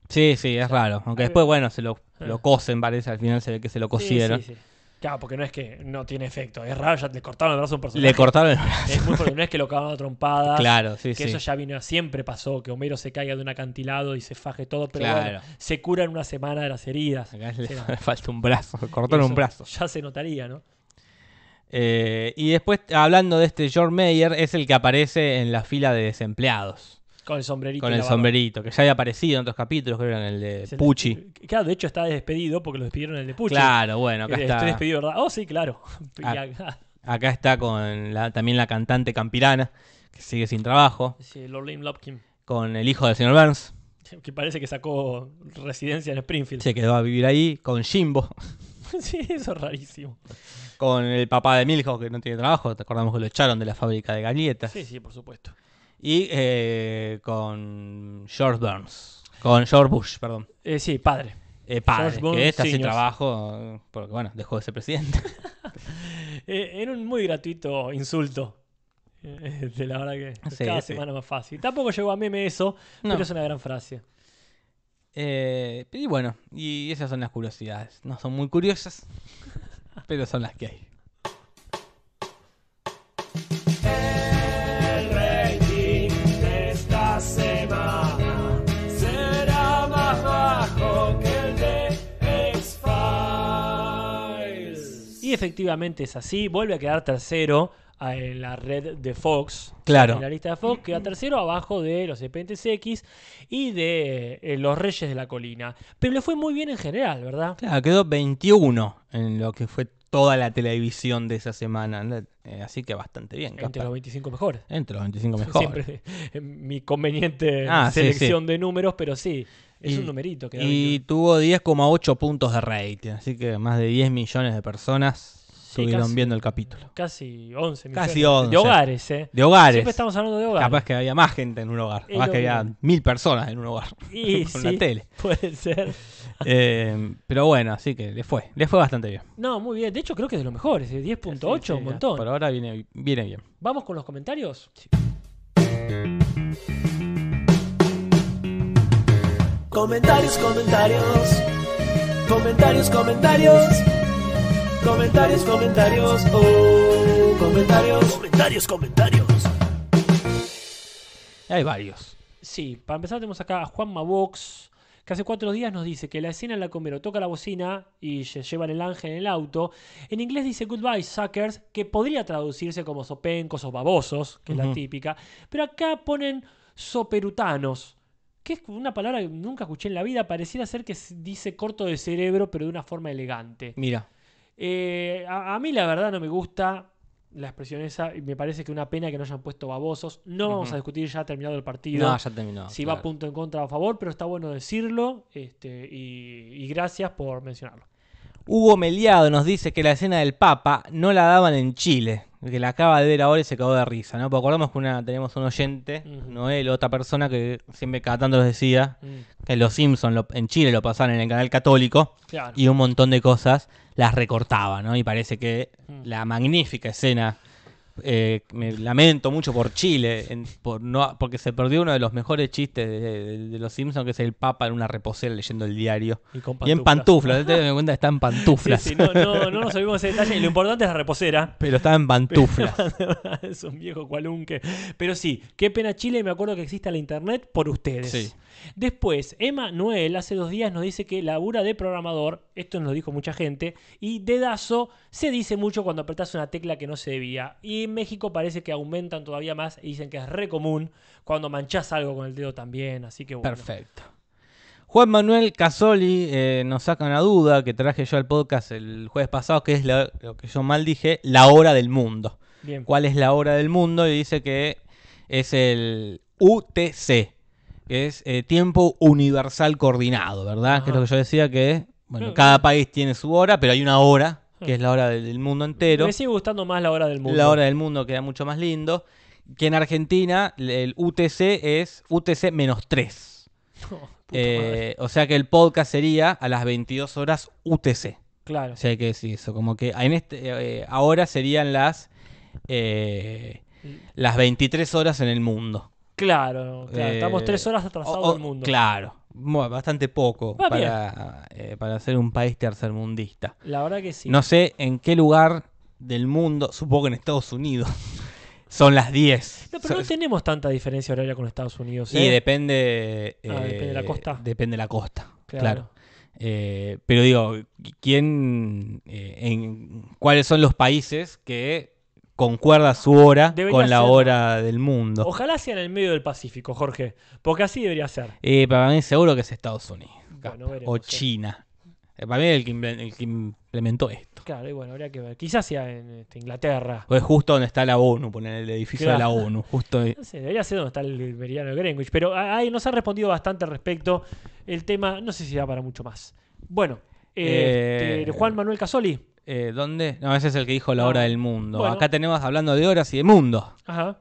Speaker 11: Sí, sí, es raro. Aunque
Speaker 10: Ahí
Speaker 11: después,
Speaker 10: va.
Speaker 11: bueno, se lo, lo cosen, parece. Al final se ve que se lo
Speaker 10: Sí,
Speaker 11: cosieron.
Speaker 10: sí, sí. Claro, porque no es que no tiene efecto, es raro, ya le cortaron el brazo a un personaje.
Speaker 11: Le cortaron el brazo.
Speaker 10: Es muy porque no es que lo cagaron a trompadas.
Speaker 11: Claro, sí,
Speaker 10: Ah, Que
Speaker 11: sí.
Speaker 10: eso ya vino, siempre pasó, que Homero se caiga de un acantilado y se faje todo, pero
Speaker 11: Claro.
Speaker 10: bueno, se cura en una semana de las heridas.
Speaker 11: Acá le
Speaker 10: Sí, no.
Speaker 11: falta un brazo. le Cortaron
Speaker 10: Eso
Speaker 11: un brazo.
Speaker 10: Ya se notaría, ¿no?
Speaker 11: Eh, y después, hablando de este George Mayer, es el que aparece en la fila de desempleados.
Speaker 10: Con el sombrerito.
Speaker 11: Con
Speaker 10: y
Speaker 11: el
Speaker 10: la barba.
Speaker 11: sombrerito, que ya había aparecido en otros capítulos, creo que era en el de
Speaker 10: Es el-
Speaker 11: Pucci.
Speaker 10: Claro, de hecho está despedido porque lo despidieron en el de Pucci.
Speaker 11: Claro, bueno,
Speaker 10: Eh,
Speaker 11: acá
Speaker 10: Estoy
Speaker 11: está,
Speaker 10: despedido, ¿verdad? Oh, sí, claro. Y
Speaker 11: Ah.
Speaker 10: acá-
Speaker 11: acá está con la- también la cantante Campirana, que sigue sin trabajo,
Speaker 10: sí, Lorraine Lopkin,
Speaker 11: con el hijo del señor Burns,
Speaker 10: que parece que sacó residencia en Springfield.
Speaker 11: se quedó a vivir ahí, con Jimbo,
Speaker 10: Sí, eso es rarísimo.
Speaker 11: con el papá de Milhouse que no tiene trabajo, te acordamos que lo echaron de la fábrica de galletas,
Speaker 10: Sí, sí, por supuesto.
Speaker 11: y eh, con George Burns, con George Bush, perdón,
Speaker 10: Eh, sí, padre.
Speaker 11: eh, padre,
Speaker 10: George Burns
Speaker 11: que está sin
Speaker 10: Senior.
Speaker 11: trabajo porque, bueno, dejó de ser presidente.
Speaker 10: Eh, era un muy gratuito insulto. Eh, De la verdad que
Speaker 11: Sí,
Speaker 10: cada
Speaker 11: sí.
Speaker 10: semana más fácil. Tampoco llegó a meme eso,
Speaker 11: No.
Speaker 10: pero es una gran frase.
Speaker 11: Eh, y bueno, y esas son las curiosidades. No son muy curiosas, pero son las que hay.
Speaker 4: El rating de esta semana será más bajo que el de X-Files.
Speaker 10: Y efectivamente es así. Vuelve a quedar tercero a- en la red de Fox.
Speaker 11: Claro.
Speaker 10: En la lista de Fox queda tercero abajo de los Serpientes X y de eh, los Reyes de la Colina. Pero le fue muy bien en general, ¿verdad?
Speaker 11: Claro, quedó 21 en lo que fue toda la televisión de esa semana, ¿no? Eh, así que bastante bien.
Speaker 10: Entre
Speaker 11: capaz.
Speaker 10: los 25 mejores.
Speaker 11: Entre los 25 mejores.
Speaker 10: Siempre en mi conveniente
Speaker 11: Ah, sí,
Speaker 10: selección de números, pero sí, es
Speaker 11: Y-
Speaker 10: un numerito. Queda
Speaker 11: Y
Speaker 10: 21.
Speaker 11: tuvo 10,8 puntos de rating, así que más de 10 millones de personas estuvieron
Speaker 10: casi-
Speaker 11: viendo el capítulo.
Speaker 10: Casi 11 millones
Speaker 11: Casi
Speaker 10: de-
Speaker 11: 11.
Speaker 10: de hogares, ¿eh?
Speaker 11: De hogares.
Speaker 10: Siempre estamos hablando de hogares.
Speaker 11: Capaz que había más gente en un hogar.
Speaker 10: Es
Speaker 11: Capaz
Speaker 10: lo
Speaker 11: que había
Speaker 10: mismo.
Speaker 11: mil personas en un hogar.
Speaker 10: Y
Speaker 11: con
Speaker 10: sí,
Speaker 11: una tele.
Speaker 10: Puede ser.
Speaker 11: Eh, pero bueno, así que le fue. Le fue bastante bien.
Speaker 10: No, muy bien. De hecho, creo que es de los mejores. eh, 10.8,
Speaker 11: Sí, sí,
Speaker 10: un montón.
Speaker 11: Por ahora viene, viene bien.
Speaker 10: ¿Vamos con los comentarios?
Speaker 4: Comentarios, comentarios. Comentarios, comentarios. Comentarios, comentarios. Oh, comentarios. Comentarios, comentarios.
Speaker 11: Hay varios.
Speaker 10: Sí, para empezar tenemos acá a Juanma Vox, que hace cuatro días nos dice que la escena en la comero toca la bocina y lle- llevan el ángel en el auto. En inglés dice goodbye, suckers, que podría traducirse como sopencos o babosos, que es la
Speaker 11: Ujú.
Speaker 10: típica. Pero acá ponen soperutanos, que es una palabra que nunca escuché en la vida. Pareciera ser que se dice corto de cerebro, pero de una forma elegante.
Speaker 11: Mira.
Speaker 10: Eh, a, a mí la verdad no me gusta la expresión esa. y Me parece que una pena que no hayan puesto babosos. No vamos
Speaker 11: Ujú.
Speaker 10: a discutir ya terminado el partido.
Speaker 11: No, ya terminó.
Speaker 10: si va
Speaker 11: claro.
Speaker 10: punto en contra o a favor, pero está bueno decirlo. Este, y, y gracias por mencionarlo.
Speaker 11: Hugo Meliado nos dice que la escena del Papa no la daban en Chile. Que la acaba de ver ahora y se cagó de risa, ¿no? Porque acordamos que una, tenemos un oyente,
Speaker 10: Ujú.
Speaker 11: Noel, otra persona que siempre cada tanto nos decía
Speaker 10: Mm,
Speaker 11: que los Simpsons en Chile lo pasaban en el canal católico
Speaker 10: claro.
Speaker 11: y un montón de cosas las recortaba, ¿no? Y parece que
Speaker 10: Mm.
Speaker 11: la magnífica escena, eh, me lamento mucho por Chile, en- por no, porque se perdió uno de los mejores chistes de, de- de los Simpsons, que es el Papa en una reposera leyendo el diario.
Speaker 10: Y, con
Speaker 11: Y en pantuflas, te das cuenta, está en
Speaker 10: Sí,
Speaker 11: pantuflas.
Speaker 10: sí, no, no, no nos olvidemos de ese detalle. Lo importante es la reposera.
Speaker 11: Pero estaba en pantuflas.
Speaker 10: es un viejo cualunque. Pero sí, qué pena Chile. Me acuerdo que existe la internet por ustedes.
Speaker 11: Sí.
Speaker 10: Después, Emma Noel hace dos días nos dice que labura de programador, esto nos lo dijo mucha gente, y dedazo se dice mucho cuando apretas una tecla que no se debía. Y en México parece que aumentan todavía más y dicen que es re común cuando manchás algo con el dedo también, así que bueno.
Speaker 11: Perfecto. Juan Manuel Casoli eh, nos saca una duda que traje yo al podcast el jueves pasado, que es la- lo que yo mal dije, la hora del mundo.
Speaker 10: Bien.
Speaker 11: ¿Cuál es la hora del mundo? Y dice que es el UTC, que es eh, tiempo universal coordinado, ¿verdad? Que es
Speaker 10: Ajá.
Speaker 11: lo que yo decía que, bueno,
Speaker 10: Creo que-
Speaker 11: cada país tiene su hora, pero hay una hora, que es la hora del, del mundo entero.
Speaker 10: Me sigue gustando más la hora del mundo.
Speaker 11: La hora del mundo queda mucho más lindo. Que en Argentina el UTC es UTC menos 3.
Speaker 10: Puta
Speaker 11: Eh,
Speaker 10: madre.
Speaker 11: o sea que el podcast sería a las 22 horas UTC.
Speaker 10: Claro.
Speaker 11: O sea, hay que decir eso. Como que en este, eh, ahora serían las, eh, las 23 horas en el mundo.
Speaker 10: Claro, claro.
Speaker 11: Eh,
Speaker 10: Estamos tres horas atrasados
Speaker 11: o- o-
Speaker 10: del mundo.
Speaker 11: Claro. Bueno, bastante poco
Speaker 10: Va
Speaker 11: para, eh, para ser un país tercermundista.
Speaker 10: La verdad que sí.
Speaker 11: No sé en qué lugar del mundo, supongo que en Estados Unidos, son las 10.
Speaker 10: No, pero no
Speaker 11: So-
Speaker 10: tenemos tanta diferencia horaria con Estados Unidos.
Speaker 11: Y
Speaker 10: ¿eh?
Speaker 11: depende. eh,
Speaker 10: Ah, depende de la costa.
Speaker 11: Depende de la costa, claro.
Speaker 10: Claro.
Speaker 11: Eh, pero digo, ¿quién. eh, en, ¿Cuáles son los países que concuerda su hora
Speaker 10: Debería
Speaker 11: con la
Speaker 10: ser-
Speaker 11: hora del mundo?
Speaker 10: Ojalá sea en el medio del Pacífico, Jorge, porque así debería ser.
Speaker 11: Eh, para mí, seguro que es Estados Unidos. capaz, o
Speaker 10: veremos, sí.
Speaker 11: China. Eh, Para mí, el que, imple- el que implementó esto.
Speaker 10: Claro, y bueno, habría que ver. Quizás sea en este, Inglaterra.
Speaker 11: O es justo donde está la ONU, poner el edificio de la
Speaker 10: Claro.
Speaker 11: ONU. Justo ahí.
Speaker 10: No sé, debería ser donde está el meridiano de Greenwich. Pero a- ahí nos han respondido bastante al respecto. El tema, no sé si da para mucho más. Bueno,
Speaker 11: Eh,
Speaker 10: este, Juan Manuel Casoli.
Speaker 11: Eh, ¿Dónde? No, ese es el que dijo la
Speaker 10: Ah,
Speaker 11: hora del mundo.
Speaker 10: bueno.
Speaker 11: Acá tenemos hablando de horas y de mundo.
Speaker 10: Ajá.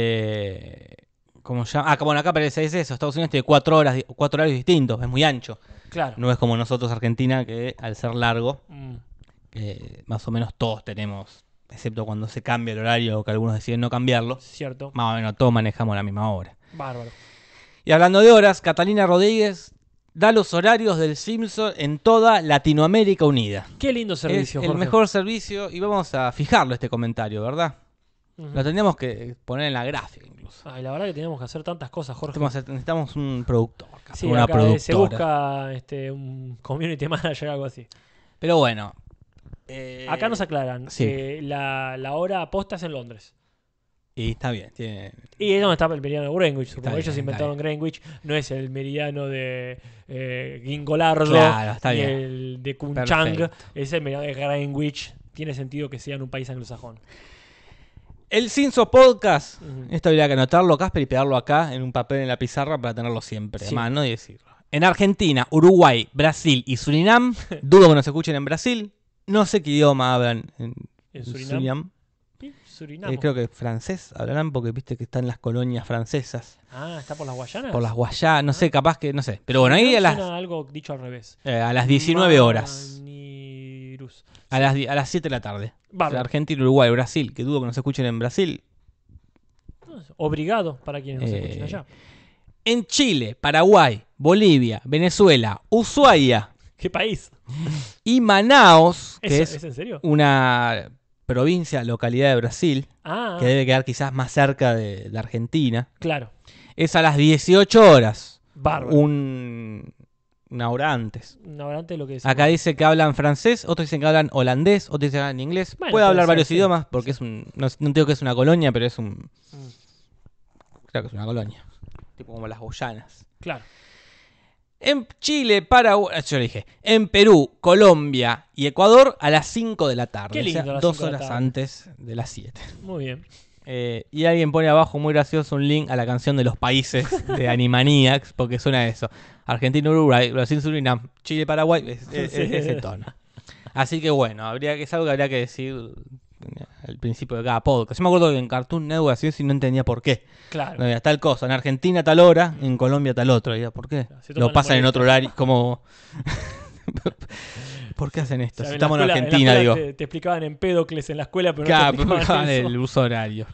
Speaker 11: Eh, ¿Cómo se llama? Ah, bueno, acá parece es eso. Estados Unidos tiene cuatro horas, di- cuatro horarios distintos. Es muy ancho.
Speaker 10: Claro.
Speaker 11: No es como nosotros, Argentina, que al ser largo,
Speaker 10: Mm,
Speaker 11: eh, más o menos todos tenemos, excepto cuando se cambia el horario o que algunos deciden no cambiarlo,
Speaker 10: cierto.
Speaker 11: más o menos todos manejamos la misma hora.
Speaker 10: Bárbaro.
Speaker 11: Y hablando de horas, Catalina Rodríguez da los horarios del Simpson en toda Latinoamérica Unida.
Speaker 10: Qué lindo servicio,
Speaker 11: es el
Speaker 10: Jorge.
Speaker 11: mejor servicio y vamos a fijarlo este comentario, ¿verdad?
Speaker 10: Ujú.
Speaker 11: Lo tendríamos que poner en la gráfica incluso.
Speaker 10: Ay, la verdad que tenemos que hacer tantas cosas, Jorge.
Speaker 11: Necesitamos, necesitamos un productor,
Speaker 10: Sí,
Speaker 11: una
Speaker 10: acá, eh,
Speaker 11: productora.
Speaker 10: se busca este, un community manager, algo así.
Speaker 11: Pero bueno. eh,
Speaker 10: Acá nos aclaran.
Speaker 11: sí.
Speaker 10: eh, la, la hora aposta es en Londres.
Speaker 11: Y está bien. tiene-
Speaker 10: Y es donde está el meridiano de Greenwich. Supongo
Speaker 11: bien,
Speaker 10: ellos
Speaker 11: está
Speaker 10: inventaron Greenwich. No es el meridiano de eh, Gingolardo.
Speaker 11: Claro, está
Speaker 10: ni
Speaker 11: bien.
Speaker 10: el de Kunchang.
Speaker 11: Perfecto.
Speaker 10: Es el meridiano de Greenwich. Tiene sentido que sea en un país anglosajón.
Speaker 11: El Cinso Podcast.
Speaker 10: Ujú.
Speaker 11: Esto habría que anotarlo, Casper, y pegarlo acá en un papel en la pizarra para tenerlo siempre
Speaker 10: Sí.
Speaker 11: a mano y decirlo. En Argentina, Uruguay, Brasil y Surinam. Dudo que nos escuchen en Brasil. No sé qué idioma hablan en,
Speaker 10: ¿En
Speaker 11: en
Speaker 10: Surinam?
Speaker 11: Surinam.
Speaker 10: Y Surinam.
Speaker 11: Eh, creo que francés hablarán porque viste que están las colonias francesas.
Speaker 10: Ah, está por las Guayanas.
Speaker 11: Por las Guayanas, no sé, capaz que, no sé. Pero bueno, ahí a
Speaker 10: Surinam
Speaker 11: las,
Speaker 10: suena algo dicho al revés.
Speaker 11: eh, a las 19 horas.
Speaker 10: Manirus.
Speaker 11: A las, di- a las 7 de la tarde.
Speaker 10: Bárbaro.
Speaker 11: Argentina, Uruguay, Brasil. Que dudo que nos escuchen en Brasil.
Speaker 10: Obrigado para quienes nos
Speaker 11: Eh,
Speaker 10: escuchen allá.
Speaker 11: En Chile, Paraguay, Bolivia, Venezuela, Ushuaia
Speaker 10: ¿Qué país?
Speaker 11: y Manaos,
Speaker 10: ¿Eso-
Speaker 11: que
Speaker 10: ¿Es,
Speaker 11: es
Speaker 10: en serio?
Speaker 11: una provincia, localidad de Brasil,
Speaker 10: Ah,
Speaker 11: que debe quedar quizás más cerca de, de Argentina.
Speaker 10: claro.
Speaker 11: Es a las 18 horas.
Speaker 10: Bárbaro.
Speaker 11: Un, una hora antes.
Speaker 10: No, adelante lo que decimos.
Speaker 11: Acá dice que hablan francés, otros dicen que hablan holandés, otros dicen que hablan inglés.
Speaker 10: Bueno,
Speaker 11: Puede
Speaker 10: puede
Speaker 11: hablar
Speaker 10: ser,
Speaker 11: varios
Speaker 10: sí. Mm.
Speaker 11: idiomas porque es un. No, no digo que es una colonia, pero es un. Creo que es una colonia. Tipo como las Guyanas.
Speaker 10: Claro.
Speaker 11: En Chile, Paraguay, yo le dije, en Perú, Colombia y Ecuador a las 5 de la tarde.
Speaker 10: Qué lindo,
Speaker 11: o sea,
Speaker 10: las
Speaker 11: dos
Speaker 10: 5 de la
Speaker 11: horas
Speaker 10: tarde.
Speaker 11: antes de las 7.
Speaker 10: Muy bien.
Speaker 11: Eh, y alguien pone abajo, muy gracioso, un link a la canción de los países de Animaniacs, porque suena eso. Argentina, Uruguay, Brasil, Surinam, Chile, Paraguay, es, es-
Speaker 10: Sí.
Speaker 11: es ese tono. Así que bueno, habría que, es algo que habría que decir al principio de cada podcast. Yo me acuerdo que en Cartoon Network así es y no entendía por qué.
Speaker 10: Claro.
Speaker 11: No, mira, tal cosa, en Argentina tal hora, en Colombia tal otra. Y yo, ¿Por qué?
Speaker 10: Se toman
Speaker 11: Lo
Speaker 10: la
Speaker 11: pasan en
Speaker 10: molestia.
Speaker 11: otro horario, como... ¿Por qué hacen
Speaker 10: O
Speaker 11: esto?
Speaker 10: sea,
Speaker 11: Si
Speaker 10: la
Speaker 11: estamos en,
Speaker 10: escuela-
Speaker 11: Argentina,
Speaker 10: la
Speaker 11: digo.
Speaker 10: escuela Te, te explicaban en Pedocles en la escuela, pero no
Speaker 11: Claro,
Speaker 10: te explicaban
Speaker 11: porque
Speaker 10: eso.
Speaker 11: el uso horario.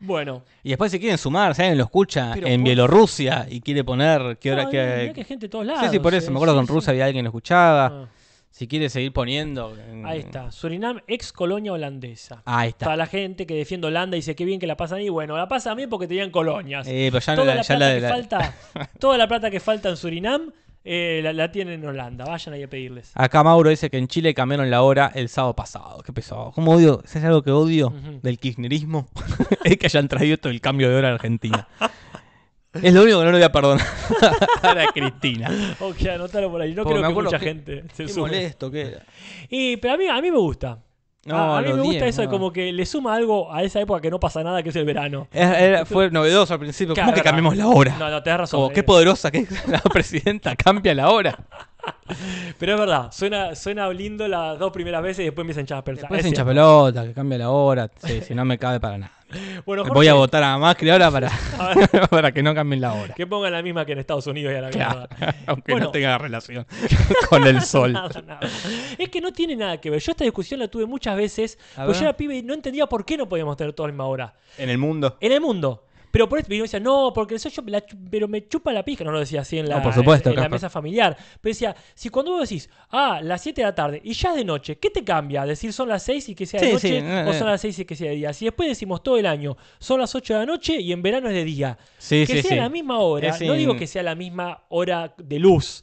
Speaker 10: Bueno.
Speaker 11: Y después si quieren sumar, si alguien lo escucha
Speaker 10: Pero
Speaker 11: en
Speaker 10: por-
Speaker 11: Bielorrusia y quiere poner qué hora
Speaker 10: No, mirá
Speaker 11: que...
Speaker 10: que hay gente de todos lados. eh,
Speaker 11: Sí, sí, por eso. Me acuerdo que en
Speaker 10: sí,
Speaker 11: Rusia
Speaker 10: sí.
Speaker 11: había alguien que lo escuchaba.
Speaker 10: Ah,
Speaker 11: Si quiere seguir poniendo... en-
Speaker 10: ahí está. Surinam, ex colonia holandesa.
Speaker 11: Ahí
Speaker 10: Está
Speaker 11: Ah, está.
Speaker 10: la gente que defiende Holanda y dice qué bien que la pasan ahí. Bueno, la pasan bien porque tenían colonias.
Speaker 11: Eh, pero ya no
Speaker 10: toda la,
Speaker 11: la- ya
Speaker 10: plata
Speaker 11: la-
Speaker 10: que
Speaker 11: la-
Speaker 10: falta, toda la plata que falta en Surinam eh, la, la tienen en Holanda. Vayan ahí a pedirles.
Speaker 11: Acá Mauro dice que en Chile cambiaron la hora el sábado pasado. Qué pesado. ¿Cómo odio? ¿Sabes algo que odio
Speaker 10: Ujú.
Speaker 11: del kirchnerismo? es que hayan traído todo el cambio de hora a Argentina. es lo único que no le voy a perdonar a Cristina.
Speaker 10: Ok, anótalo por ahí. No
Speaker 11: Porque me
Speaker 10: creo que
Speaker 11: acuerdo
Speaker 10: mucha
Speaker 11: que-
Speaker 10: gente se
Speaker 11: Qué
Speaker 10: sume.
Speaker 11: molesto que era.
Speaker 10: Y, pero a mí, a mí me gusta.
Speaker 11: No,
Speaker 10: Ah, a, a mí
Speaker 11: lo
Speaker 10: me gusta
Speaker 11: odié,
Speaker 10: eso de
Speaker 11: no.
Speaker 10: como que le suma algo a esa época que no pasa nada, que es el verano.
Speaker 11: Era- era- fue novedoso al principio. ¿Cómo
Speaker 10: Claro,
Speaker 11: que
Speaker 10: verdad.
Speaker 11: cambiamos la hora?
Speaker 10: No, no, tenés razón.
Speaker 11: Como, qué
Speaker 10: eh.
Speaker 11: poderosa que es la presidenta. Cambia la hora.
Speaker 10: Pero es verdad, suena, suena lindo las dos primeras veces y después me dicen chapel.
Speaker 11: Después hincha pelota, que cambia la hora. Sí, si no me cabe para nada.
Speaker 10: Bueno, Jorge,
Speaker 11: Voy a votar a Macri ahora para,
Speaker 10: A ver.
Speaker 11: para que no cambien la hora.
Speaker 10: Que pongan la misma que en Estados Unidos y a la
Speaker 11: Claro,
Speaker 10: mierda.
Speaker 11: aunque
Speaker 10: Bueno.
Speaker 11: no tenga relación con el sol.
Speaker 10: Nada, nada. Es que no tiene nada que ver. Yo esta discusión la tuve muchas veces.
Speaker 11: A
Speaker 10: Porque
Speaker 11: ver.
Speaker 10: yo era pibe y no entendía por qué no podíamos tener toda la misma hora.
Speaker 11: En el mundo.
Speaker 10: En el mundo. Pero por eso y yo decía, no, porque eso yo la chu- pero me chupa la pija. No lo decía así en la,
Speaker 11: No, por supuesto,
Speaker 10: en la
Speaker 11: Casper.
Speaker 10: mesa familiar. Pero decía, si cuando vos decís, ah, las 7 de la tarde y ya es de noche, ¿qué te cambia? Decir son las 6 y que sea de
Speaker 11: Sí,
Speaker 10: noche
Speaker 11: sí, no,
Speaker 10: o
Speaker 11: no.
Speaker 10: son las 6 y que sea de día. Si después decimos todo el año, son las 8 de la noche y en verano es de día.
Speaker 11: Sí,
Speaker 10: que
Speaker 11: sí,
Speaker 10: sea
Speaker 11: sí.
Speaker 10: la misma hora.
Speaker 11: Es
Speaker 10: No digo
Speaker 11: in-
Speaker 10: que sea la misma hora de luz.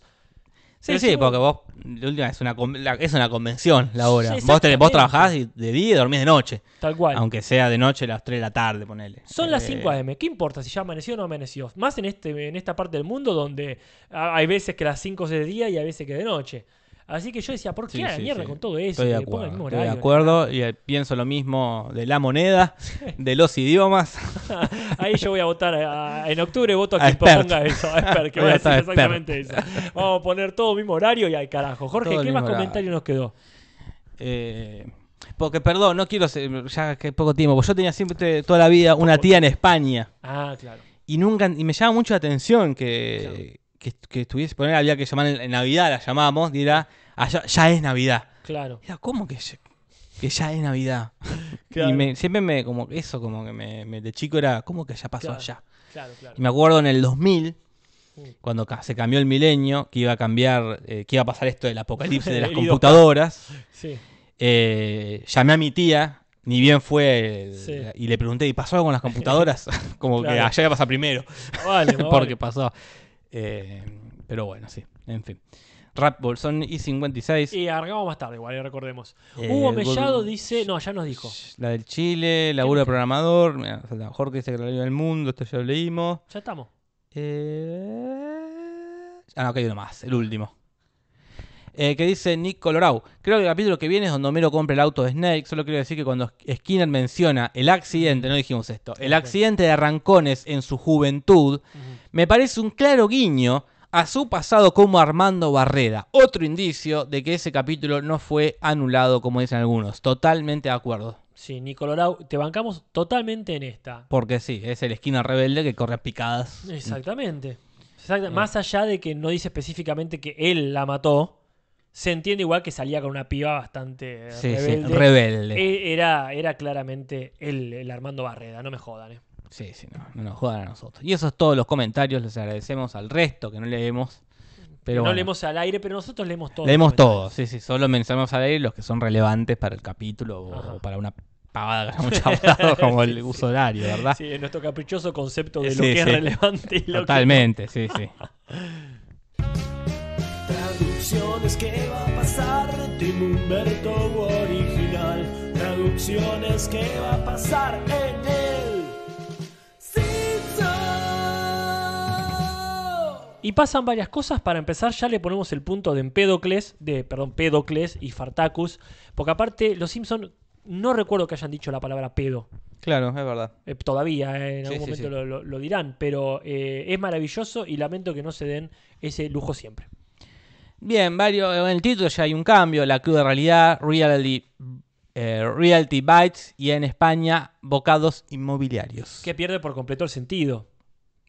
Speaker 11: Sí,
Speaker 10: Pero
Speaker 11: sí,
Speaker 10: si vos-
Speaker 11: porque vos, la última es una, con- la- es una convención la hora.
Speaker 10: Sí,
Speaker 11: Vos, tenés- vos
Speaker 10: exactamente.
Speaker 11: trabajás y- de día y dormís de noche.
Speaker 10: Tal cual.
Speaker 11: Aunque sea de noche a las 3 de la tarde, ponele.
Speaker 10: Son las
Speaker 11: Eh,
Speaker 10: 5 a.m. ¿Qué importa si ya amaneció o no amaneció? Más en, este, en esta parte del mundo donde ah, hay veces que las 5 es de día y hay veces que de noche. Así que yo decía, ¿por qué
Speaker 11: sí,
Speaker 10: a la
Speaker 11: sí,
Speaker 10: mierda
Speaker 11: sí.
Speaker 10: con todo eso?
Speaker 11: Estoy
Speaker 10: Que
Speaker 11: de
Speaker 10: le pongan el mismo
Speaker 11: acuerdo. Estoy de
Speaker 10: horario.
Speaker 11: acuerdo y eh, pienso lo mismo de la moneda, de los idiomas.
Speaker 10: Ahí yo voy a votar. a- a- en octubre voto a
Speaker 11: A
Speaker 10: quien
Speaker 11: expert.
Speaker 10: proponga eso. A expert, que
Speaker 11: Voy
Speaker 10: va a
Speaker 11: a
Speaker 10: decir
Speaker 11: votar a expert.
Speaker 10: exactamente eso. Vamos a poner todo mismo horario y al carajo. Jorge,
Speaker 11: Todo el
Speaker 10: ¿qué más
Speaker 11: mismo horario.
Speaker 10: comentario nos quedó?
Speaker 11: Eh, porque, perdón, no quiero. ser- Ya que poco tiempo. porque Yo tenía siempre toda la vida una tía en España.
Speaker 10: Ah, claro.
Speaker 11: Y nunca. Y me llama mucho la atención que. Que, que estuviese. Poner, había que llamar en, en Navidad, la llamamos. Y era. "Allá- ya es Navidad.
Speaker 10: Claro.
Speaker 11: Era, ¿cómo que ya, que ya es Navidad?
Speaker 10: Claro.
Speaker 11: Y me- siempre me. Como que eso, como que me, me- De chico era. ¿Cómo que ya pasó
Speaker 10: Claro.
Speaker 11: allá?
Speaker 10: Claro,
Speaker 11: Y
Speaker 10: claro.
Speaker 11: me acuerdo en el 2000.
Speaker 10: Sí.
Speaker 11: Cuando ca- se cambió el milenio, que iba a cambiar, eh, que iba a pasar esto del apocalipsis de las
Speaker 10: El idiota.
Speaker 11: computadoras,
Speaker 10: Sí.
Speaker 11: eh, llamé a mi tía, ni bien fue, el-
Speaker 10: Sí.
Speaker 11: y le pregunté, ¿y pasó algo con las computadoras? Como que
Speaker 10: Claro.
Speaker 11: allá iba a pasar primero,
Speaker 10: Vale, más
Speaker 11: porque
Speaker 10: vale.
Speaker 11: pasó. Eh, pero bueno, sí, en fin. Rap Bolson y 56.
Speaker 10: Y arrancamos más tarde, igual, recordemos.
Speaker 11: Eh,
Speaker 10: Hugo
Speaker 11: el
Speaker 10: Mellado
Speaker 11: gol-
Speaker 10: dice. No, ya nos dijo.
Speaker 11: La del Chile, laburo de programador. Mira, Salta- Jorge dice que la ley del mundo, esto ya lo leímos.
Speaker 10: Ya estamos.
Speaker 11: Eh, Ah, no, que hay uno más, el último. Eh, que dice Nick Colorau. Creo que el capítulo que viene es donde Homero compra el auto de Snake. Solo quiero decir que cuando Skinner menciona el accidente, no dijimos esto, el accidente de Arrancones en su juventud, me parece un claro guiño a su pasado como Armando Barrera. Otro indicio de que ese capítulo no fue anulado, como dicen algunos. Totalmente de acuerdo.
Speaker 10: Sí, Nicolorau, te bancamos totalmente en esta.
Speaker 11: Porque sí, es el esquina rebelde que corre a picadas.
Speaker 10: Exactamente. Exacta-
Speaker 11: Eh.
Speaker 10: Más allá de que no dice específicamente que él la mató, se entiende igual que salía con una piba bastante eh,
Speaker 11: Sí, sí,
Speaker 10: rebelde.
Speaker 11: rebelde.
Speaker 10: E- Era, era claramente él, el Armando Barreda, no me jodan. eh.
Speaker 11: Sí, sí, no, no nos jodan a nosotros. Y esos todos los comentarios, les agradecemos al resto que no leemos. Pero
Speaker 10: no
Speaker 11: bueno,
Speaker 10: leemos al aire, pero nosotros leemos todo.
Speaker 11: leemos todos, sí, sí. Solo mencionamos al aire los que son relevantes para el capítulo o,
Speaker 10: Ajá.
Speaker 11: o para una pavada que hayamos charlado, como el uso horario, ¿verdad?
Speaker 10: Sí, nuestro caprichoso concepto de lo
Speaker 11: Sí,
Speaker 10: que es
Speaker 11: sí.
Speaker 10: relevante y lo
Speaker 11: Totalmente, sí, sí.
Speaker 4: Traducciones que va a pasar Tim Humberto original. Traducciones que va a pasar en el
Speaker 10: que no. Y pasan varias cosas. Para empezar, ya le ponemos el punto de Empédocles, de, perdón, Pédocles y Fartacus. Porque aparte, los Simpson no recuerdo que hayan dicho la palabra pedo.
Speaker 11: Claro, es verdad.
Speaker 10: Eh, todavía, eh, en
Speaker 11: Sí,
Speaker 10: algún
Speaker 11: sí,
Speaker 10: momento
Speaker 11: sí.
Speaker 10: Lo, lo- lo dirán, pero eh, es maravilloso y lamento que no se den ese lujo siempre.
Speaker 11: Bien, varios, en el título ya hay un cambio, la cruda realidad, reality, eh, reality bites y en España, bocados inmobiliarios.
Speaker 10: Que pierde por completo el sentido.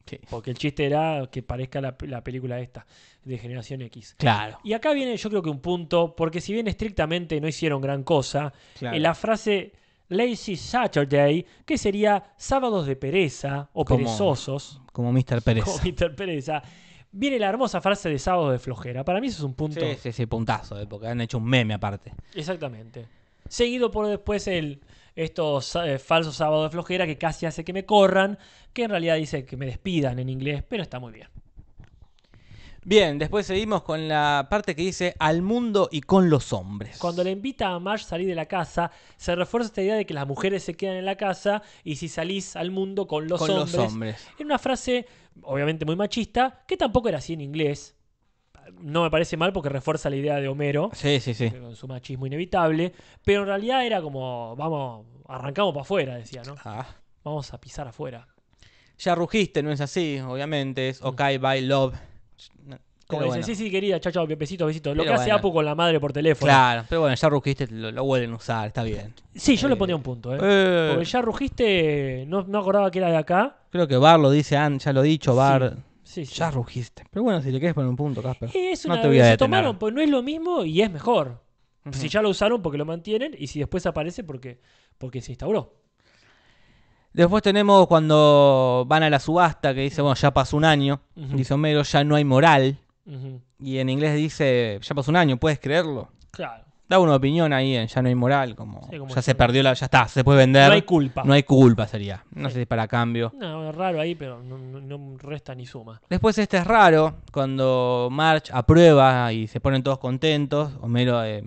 Speaker 11: Sí.
Speaker 10: Porque el chiste era que parezca la, la película esta, de Generación X.
Speaker 11: Claro.
Speaker 10: Y acá viene yo creo que un punto, porque si bien estrictamente no hicieron gran cosa,
Speaker 11: Claro.
Speaker 10: eh, la frase Lazy Saturday, que sería sábados de pereza o
Speaker 11: Como-
Speaker 10: perezosos,
Speaker 11: Como Mr. Pérez.
Speaker 10: como Peter Pereza, viene la hermosa frase de sábados de flojera. Para mí eso es un punto.
Speaker 11: Sí, sí, sí, puntazo, eh, porque han hecho un meme aparte.
Speaker 10: Exactamente. Seguido por después el estos eh, falsos sábados de flojera que casi hace que me corran, que en realidad dice que me despidan en inglés, pero está muy bien.
Speaker 11: Bien, después seguimos con la parte que dice al mundo y con los hombres.
Speaker 10: Cuando le invita a Marge salir de la casa, se refuerza esta idea de que las mujeres se quedan en la casa y si salís al mundo con los
Speaker 11: con
Speaker 10: hombres.
Speaker 11: los hombres.
Speaker 10: Era una frase, obviamente muy machista, que tampoco era así en inglés. No me parece mal porque refuerza la idea de Homero.
Speaker 11: Sí, sí, sí.
Speaker 10: Con su machismo inevitable, pero en realidad era como, vamos, arrancamos para afuera, decía, ¿no?
Speaker 11: Ah.
Speaker 10: Vamos a pisar afuera.
Speaker 11: Ya rugiste, no es así, obviamente. Es ok, bye, love.
Speaker 10: Como
Speaker 11: Pero
Speaker 10: dicen,
Speaker 11: bueno.
Speaker 10: sí, sí, querida, chao, chao, besitos, besitos. Lo
Speaker 11: Pero
Speaker 10: que hace
Speaker 11: bueno.
Speaker 10: Apu con la madre por teléfono.
Speaker 11: Claro, pero bueno, ya rugiste, lo, lo vuelven a usar, está bien.
Speaker 10: Sí, yo le ponía un punto, ¿eh?
Speaker 11: Eh.
Speaker 10: Porque ya rugiste, no, no acordaba que era de acá.
Speaker 11: Creo que Bar lo dice, Ann, ya lo he dicho, Bar.
Speaker 10: Sí, sí.
Speaker 11: Ya rugiste. Pero bueno, si le quieres poner un punto, Casper.
Speaker 10: Es una
Speaker 11: no te voy a
Speaker 10: se
Speaker 11: detener.
Speaker 10: tomaron, pues no es lo mismo y es mejor. Si ya lo usaron porque lo mantienen y si después aparece porque, porque se instauró.
Speaker 11: Después tenemos cuando van a la subasta que dice, bueno, ya pasó un año.
Speaker 10: Ujú.
Speaker 11: Dice Homero, ya no hay moral.
Speaker 10: Ujú.
Speaker 11: Y en inglés dice, ya pasó un año, ¿puedes creerlo?
Speaker 10: Claro.
Speaker 11: Da una opinión ahí en ya no hay moral, como,
Speaker 10: Sí, como
Speaker 11: ya
Speaker 10: ya
Speaker 11: se
Speaker 10: no-
Speaker 11: perdió la, ya está, se puede vender.
Speaker 10: No hay culpa.
Speaker 11: No hay culpa sería. No
Speaker 10: Sí.
Speaker 11: sé si para cambio.
Speaker 10: No, es raro ahí, pero no, no- no resta ni suma.
Speaker 11: Después este es raro, cuando March aprueba y se ponen todos contentos. Homero, eh,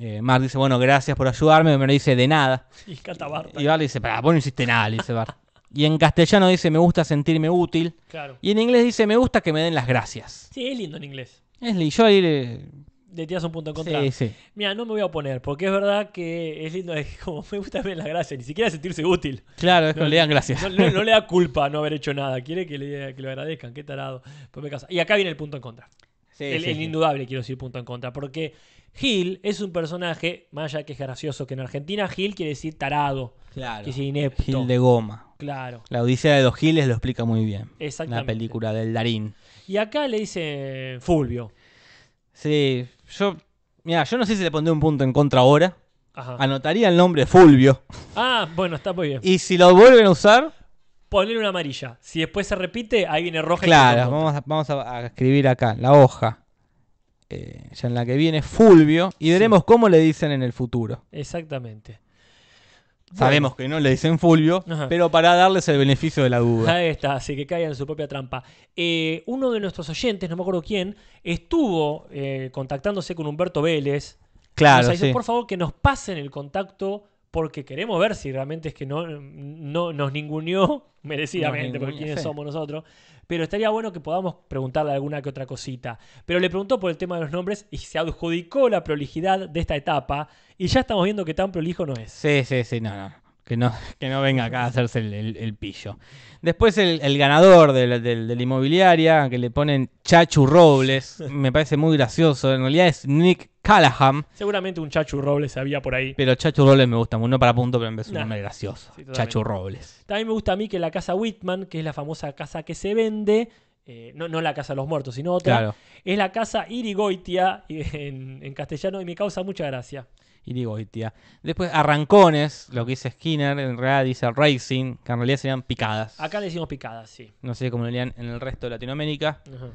Speaker 11: eh, March dice, bueno, gracias por ayudarme. Homero dice, de nada.
Speaker 10: Y Catabarta.
Speaker 11: Y Bart dice, pará, vos no hiciste nada, le dice Bart. Y en castellano dice, me gusta sentirme útil.
Speaker 10: Claro.
Speaker 11: Y en inglés dice, me gusta que me den las gracias.
Speaker 10: Sí, es lindo en inglés.
Speaker 11: Es li- yo ahí le-
Speaker 10: Le tiras un punto en contra.
Speaker 11: Sí, sí.
Speaker 10: Mira, no me voy a oponer, porque es verdad que es lindo, es como me gusta ver las gracias, ni siquiera sentirse útil.
Speaker 11: Claro, es que
Speaker 10: No,
Speaker 11: le dan gracias.
Speaker 10: No, no- no le da culpa no haber hecho nada, quiere que le, que lo agradezcan, qué tarado. Pues me casa. Y acá viene el punto en contra.
Speaker 11: Sí,
Speaker 10: el,
Speaker 11: sí,
Speaker 10: el
Speaker 11: sí.
Speaker 10: indudable, quiero decir, punto en contra, porque Gil es un personaje, más allá que es gracioso, que en Argentina Gil quiere decir tarado,
Speaker 11: Claro.
Speaker 10: que es inepto.
Speaker 11: Gil de goma.
Speaker 10: Claro.
Speaker 11: La Odisea de los Giles lo explica muy bien.
Speaker 10: Exactamente.
Speaker 11: La película del Darín.
Speaker 10: Y acá le dice Fulvio.
Speaker 11: Sí, yo. Mira, yo no sé si le pondré un punto en contra ahora.
Speaker 10: Ajá.
Speaker 11: Anotaría el nombre Fulvio.
Speaker 10: Ah, bueno, está muy bien.
Speaker 11: Y si lo vuelven a usar,
Speaker 10: Poner una amarilla. Si después se repite, ahí viene roja y punto en
Speaker 11: claro,
Speaker 10: contra.
Speaker 11: vamos, a, vamos a- a escribir acá la hoja. eh, ya en la que viene Fulvio. Y veremos cómo le dicen en el futuro.
Speaker 10: Exactamente.
Speaker 11: Sabemos que no le dicen Fulvio,
Speaker 10: Ajá.
Speaker 11: pero para darles el beneficio de la duda.
Speaker 10: Ahí está, así que caigan en su propia trampa. Eh, uno de nuestros oyentes, no me acuerdo quién, estuvo eh, contactándose con Humberto Vélez.
Speaker 11: Claro,
Speaker 10: nos avisó,
Speaker 11: sí.
Speaker 10: por favor, que nos pasen el contacto porque queremos ver si realmente es que no, no nos ninguneó merecidamente,
Speaker 11: Nos
Speaker 10: porque
Speaker 11: ninguneó,
Speaker 10: quiénes
Speaker 11: sí.
Speaker 10: somos nosotros. Pero estaría bueno que podamos preguntarle alguna que otra cosita. Pero le preguntó por el tema de los nombres y se adjudicó la prolijidad de esta etapa. Y ya estamos viendo que tan prolijo no es.
Speaker 11: Sí, sí, sí, no, no. Que no, que no venga acá a hacerse el, el- el pillo. Después el, el ganador de la, del- de la inmobiliaria, que le ponen Chachu Robles. Me parece muy gracioso. En realidad es Nick Callahan.
Speaker 10: Seguramente un Chachu Robles había por ahí.
Speaker 11: Pero Chachu Robles me gusta mucho. No para punto, pero me parece un
Speaker 10: Nah.
Speaker 11: nombre gracioso.
Speaker 10: Sí, totalmente.
Speaker 11: Chachu Robles.
Speaker 10: También me gusta a mí que la casa Whitman, que es la famosa casa que se vende, eh, no, no la casa de los muertos, sino otra,
Speaker 11: Claro.
Speaker 10: es la casa Irigoitia en, en castellano y me causa mucha gracia.
Speaker 11: Y digo, "Ay, tía". Después Arrancones, lo que dice Skinner. En realidad dice Racing, que en realidad serían picadas.
Speaker 10: Acá le decimos picadas, sí.
Speaker 11: No sé cómo lo leían en el resto de Latinoamérica.
Speaker 10: Ajá.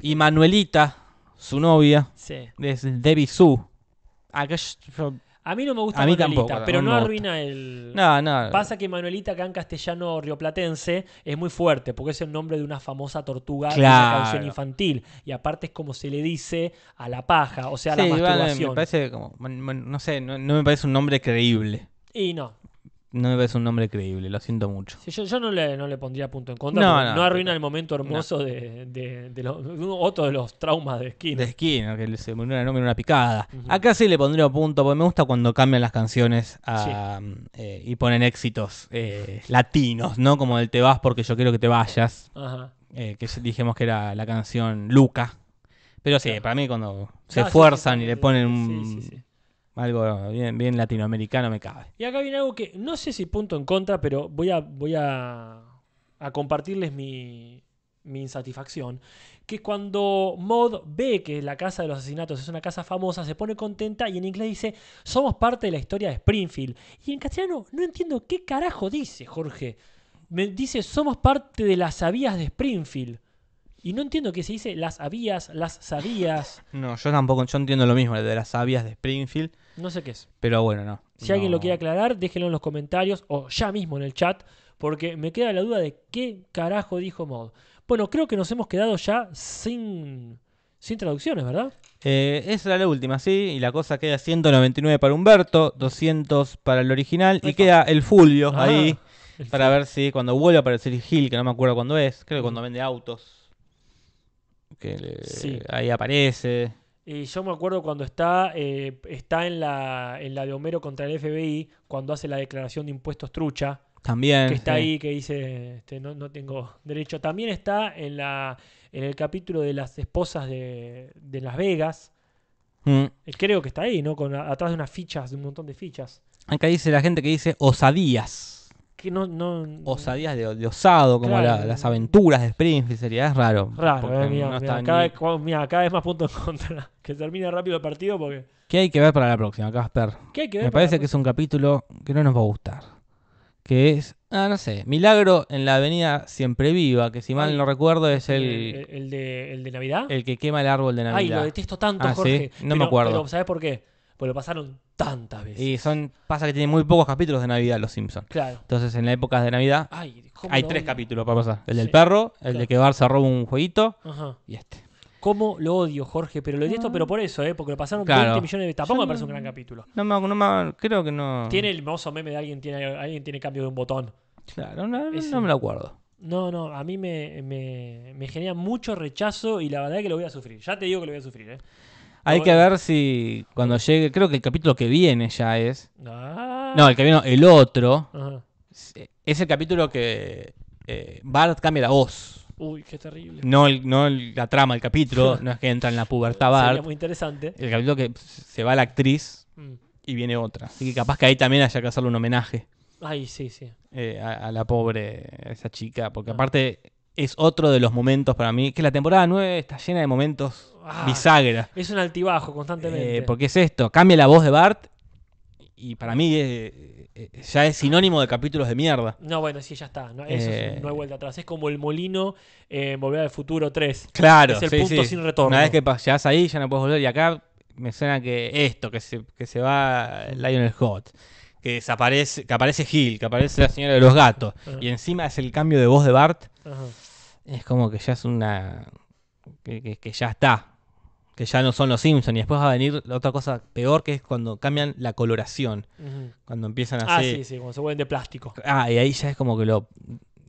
Speaker 11: Y Manuelita, su novia,
Speaker 10: Sí.
Speaker 11: es Debbie Sue.
Speaker 10: Ah,
Speaker 11: Acá yo-
Speaker 10: A mí no me gusta
Speaker 11: A mí
Speaker 10: Manuelita,
Speaker 11: tampoco, no
Speaker 10: pero
Speaker 11: me
Speaker 10: no
Speaker 11: gusta.
Speaker 10: arruina el...
Speaker 11: No, no.
Speaker 10: Pasa que Manuelita acá en castellano rioplatense es muy fuerte, porque es el nombre de una famosa tortuga de
Speaker 11: Claro.
Speaker 10: una canción infantil. Y aparte es como se le dice a la paja, o sea, a la
Speaker 11: Sí, igual, eh,
Speaker 10: masturbación.
Speaker 11: me parece como. man- man- No sé, no, no me parece un nombre creíble.
Speaker 10: Y no,
Speaker 11: No me parece un nombre creíble, lo siento mucho.
Speaker 10: Sí, yo, yo no, le, no le pondría punto en contra.
Speaker 11: No,
Speaker 10: porque
Speaker 11: no,
Speaker 10: no, arruina
Speaker 11: pero-
Speaker 10: el momento hermoso de, de- de lo- de uno- otro de los traumas de Skinner.
Speaker 11: De Skinner, que se murió una, una picada. Acá sí le pondría un punto, porque me gusta cuando cambian las canciones a, eh, y ponen éxitos eh, latinos, ¿no? Como el Te vas porque yo quiero que te vayas,
Speaker 10: Ajá.
Speaker 11: eh, que dijimos que era la canción Luca. Pero sí,
Speaker 10: Claro.
Speaker 11: para mí cuando se
Speaker 10: Claro, sí,
Speaker 11: esfuerzan
Speaker 10: sí,
Speaker 11: y le ponen un,
Speaker 10: sí, sí, sí.
Speaker 11: algo bien, bien latinoamericano, me cabe.
Speaker 10: Y acá viene algo que no sé si punto en contra, pero voy a, voy a, a compartirles mi, mi insatisfacción. Que es cuando Maud ve que la casa de los asesinatos es una casa famosa, se pone contenta y en inglés dice: Somos parte de la historia de Springfield. Y en castellano no entiendo qué carajo dice Jorge. Me dice: Somos parte de las avías de Springfield. Y no entiendo qué se dice las avías, las sabías.
Speaker 11: No, yo tampoco, yo entiendo lo mismo, de las sabias de Springfield,
Speaker 10: No sé qué es.
Speaker 11: pero bueno, no.
Speaker 10: Si alguien
Speaker 11: no.
Speaker 10: lo quiere aclarar, déjenlo en los comentarios o ya mismo en el chat, porque me queda la duda de qué carajo dijo Mod. Bueno, creo que nos hemos quedado ya sin, sin traducciones, ¿verdad?
Speaker 11: Eh, esa era la última, sí, y la cosa queda 199 para Humberto, 200 para el original, y
Speaker 10: Epa.
Speaker 11: queda el Fulvio
Speaker 10: Ah,
Speaker 11: ahí,
Speaker 10: el
Speaker 11: para ver si cuando vuelve a aparecer Gil, que no me acuerdo cuándo es, creo que cuando vende autos, que le-
Speaker 10: Sí.
Speaker 11: ahí aparece.
Speaker 10: Y yo me acuerdo cuando está, eh, está en, la, en la de Homero contra el FBI, cuando hace la declaración de impuestos trucha,
Speaker 11: También.
Speaker 10: que está
Speaker 11: Eh, sí.
Speaker 10: ahí, que dice, este, no, no tengo derecho. También está en, la, en el capítulo de las esposas de, de Las Vegas.
Speaker 11: Mm.
Speaker 10: Eh, Creo que está ahí, ¿no? Con, atrás de unas fichas, de un montón de fichas.
Speaker 11: Acá dice la gente que dice osadías.
Speaker 10: Que no, no,
Speaker 11: Osadías de, de osado, como
Speaker 10: Claro.
Speaker 11: la- las aventuras de Springfield, sería es raro.
Speaker 10: Raro,
Speaker 11: porque
Speaker 10: eh, mira,
Speaker 11: no
Speaker 10: mira,
Speaker 11: está
Speaker 10: cada,
Speaker 11: ni-
Speaker 10: vez- cua- mira, cada vez más puntos en contra. Que termine rápido el partido porque.
Speaker 11: ¿Qué hay que ver para la próxima, Casper?
Speaker 10: ¿Qué hay que ver?
Speaker 11: Me
Speaker 10: para
Speaker 11: parece
Speaker 10: la
Speaker 11: que es un capítulo que no nos va a gustar. Que es, ah, no sé, Milagro en la avenida Siempre Viva, que si mal
Speaker 10: Ay,
Speaker 11: no recuerdo es
Speaker 10: próxima?
Speaker 11: el,
Speaker 10: el, de, el de Navidad?
Speaker 11: el que quema el árbol de
Speaker 10: Ay, lo
Speaker 11: Navidad.
Speaker 10: detesto tanto,
Speaker 11: Ah, ¿sí?
Speaker 10: Jorge.
Speaker 11: No me acuerdo.
Speaker 10: Pero, ¿sabes por qué? Porque lo pasaron tantas veces.
Speaker 11: y son, pasa que tiene muy pocos capítulos de Navidad los Simpsons.
Speaker 10: Claro.
Speaker 11: Entonces en la época de Navidad
Speaker 10: Ay, ¿cómo
Speaker 11: hay
Speaker 10: lo
Speaker 11: tres
Speaker 10: odio?
Speaker 11: capítulos para pasar. El del
Speaker 10: Sí,
Speaker 11: perro, el
Speaker 10: claro.
Speaker 11: de que Barça roba un jueguito
Speaker 10: Ajá.
Speaker 11: y este.
Speaker 10: ¿Cómo lo odio, Jorge? Pero lo detesto, pero por eso, ¿eh? Porque lo pasaron
Speaker 11: Claro.
Speaker 10: 20 millones de veces. Tampoco
Speaker 11: Ah.
Speaker 10: me
Speaker 11: Yo
Speaker 10: parece un
Speaker 11: no-
Speaker 10: gran capítulo.
Speaker 11: No, me- no me- creo que no.
Speaker 10: Tiene el famoso meme de alguien tiene, alguien tiene cambio de un botón.
Speaker 11: Claro, no, no-
Speaker 10: Ese.
Speaker 11: no me lo acuerdo.
Speaker 10: No, no, a mí me, me, me genera mucho rechazo y la verdad es que lo voy a sufrir. Ya te digo que lo voy a sufrir, ¿eh?
Speaker 11: Hay
Speaker 10: No,
Speaker 11: que
Speaker 10: no.
Speaker 11: ver si cuando llegue, creo que el capítulo que viene ya es.
Speaker 10: Ah.
Speaker 11: No, el que viene, no, el otro.
Speaker 10: Ajá.
Speaker 11: Es el capítulo que eh, Bart cambia la voz.
Speaker 10: Uy, qué terrible.
Speaker 11: No, el- no el- la trama del capítulo, no es que entra en la pubertad
Speaker 10: Sería
Speaker 11: Bart.
Speaker 10: muy interesante.
Speaker 11: El capítulo que se va la actriz
Speaker 10: Mm.
Speaker 11: y viene otra. Así que capaz que ahí también haya que hacerle un homenaje
Speaker 10: Ay, sí, sí.
Speaker 11: eh, a, a la pobre, a esa chica. Porque
Speaker 10: Ah.
Speaker 11: aparte es otro de los momentos para mí, que la temporada 9 está llena de momentos
Speaker 10: Ah,
Speaker 11: bisagra.
Speaker 10: Es un altibajo constantemente.
Speaker 11: Eh, porque es esto, cambia la voz de Bart y para mí eh, eh, ya es sinónimo de capítulos de mierda.
Speaker 10: No, bueno, sí, ya está. No, eso es-
Speaker 11: Eh.
Speaker 10: no hay vuelta atrás. Es como el molino en Volver al Futuro 3.
Speaker 11: Claro,
Speaker 10: Es el
Speaker 11: sí,
Speaker 10: punto
Speaker 11: sí.
Speaker 10: sin retorno.
Speaker 11: Una vez que pasás ahí, ya no puedes volver. Y acá me suena que esto, que se, que se va Lionel Hot, que desaparece, que aparece Gil, que aparece la señora de los gatos,
Speaker 10: Ajá.
Speaker 11: y encima es el cambio de voz de Bart,
Speaker 10: Ajá.
Speaker 11: es como que ya es una. que, que- que ya está. Que ya no son los Simpsons. Y después va a venir la otra cosa peor, que es cuando cambian la coloración.
Speaker 10: Ujú.
Speaker 11: Cuando empiezan
Speaker 10: Ah,
Speaker 11: así.
Speaker 10: sí, sí, cuando se vuelven de plástico.
Speaker 11: Ah, y ahí ya es como que lo.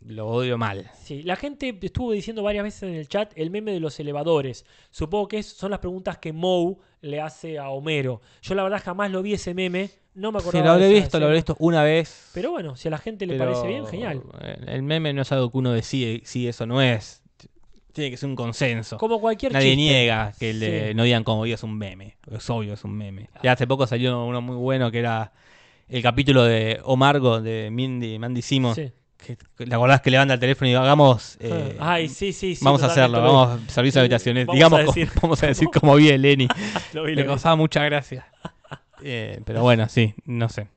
Speaker 11: lo odio mal.
Speaker 10: Sí, la gente estuvo diciendo varias veces en el chat el meme de los elevadores. Supongo que es- son las preguntas que Moe le hace a Homero. Yo la verdad jamás lo vi ese meme, no me acordaba.
Speaker 11: Sí, lo habré
Speaker 10: de esa
Speaker 11: visto, lo habré
Speaker 10: escena.
Speaker 11: visto una vez.
Speaker 10: Pero bueno, si a la gente le
Speaker 11: pero
Speaker 10: parece bien, genial.
Speaker 11: El, el meme no es algo que uno decide si eso no es. Tiene que ser un consenso.
Speaker 10: Como cualquier
Speaker 11: Nadie
Speaker 10: chiste.
Speaker 11: niega que le-
Speaker 10: Sí.
Speaker 11: no digan como obvio es un meme. Es obvio, es un meme. Y hace poco salió uno muy bueno que era el capítulo de Omargo de Mindy, Mandy Simon.
Speaker 10: Sí. Ah.
Speaker 11: Que, que- ¿Te acordás que levanta el teléfono y digo, hagamos. eh,
Speaker 10: Ay, sí, sí, sí,
Speaker 11: Vamos a
Speaker 10: totalmente
Speaker 11: hacerlo,
Speaker 10: lo vi.
Speaker 11: vamos, servicio de habitaciones.
Speaker 10: Vamos
Speaker 11: digamos,
Speaker 10: a
Speaker 11: como-
Speaker 10: decir.
Speaker 11: vamos a decir como vi Eleni.
Speaker 10: Lo vi, lo
Speaker 11: Le
Speaker 10: vi.
Speaker 11: causaba mucha gracia. Eh, pero bueno, sí, no sé.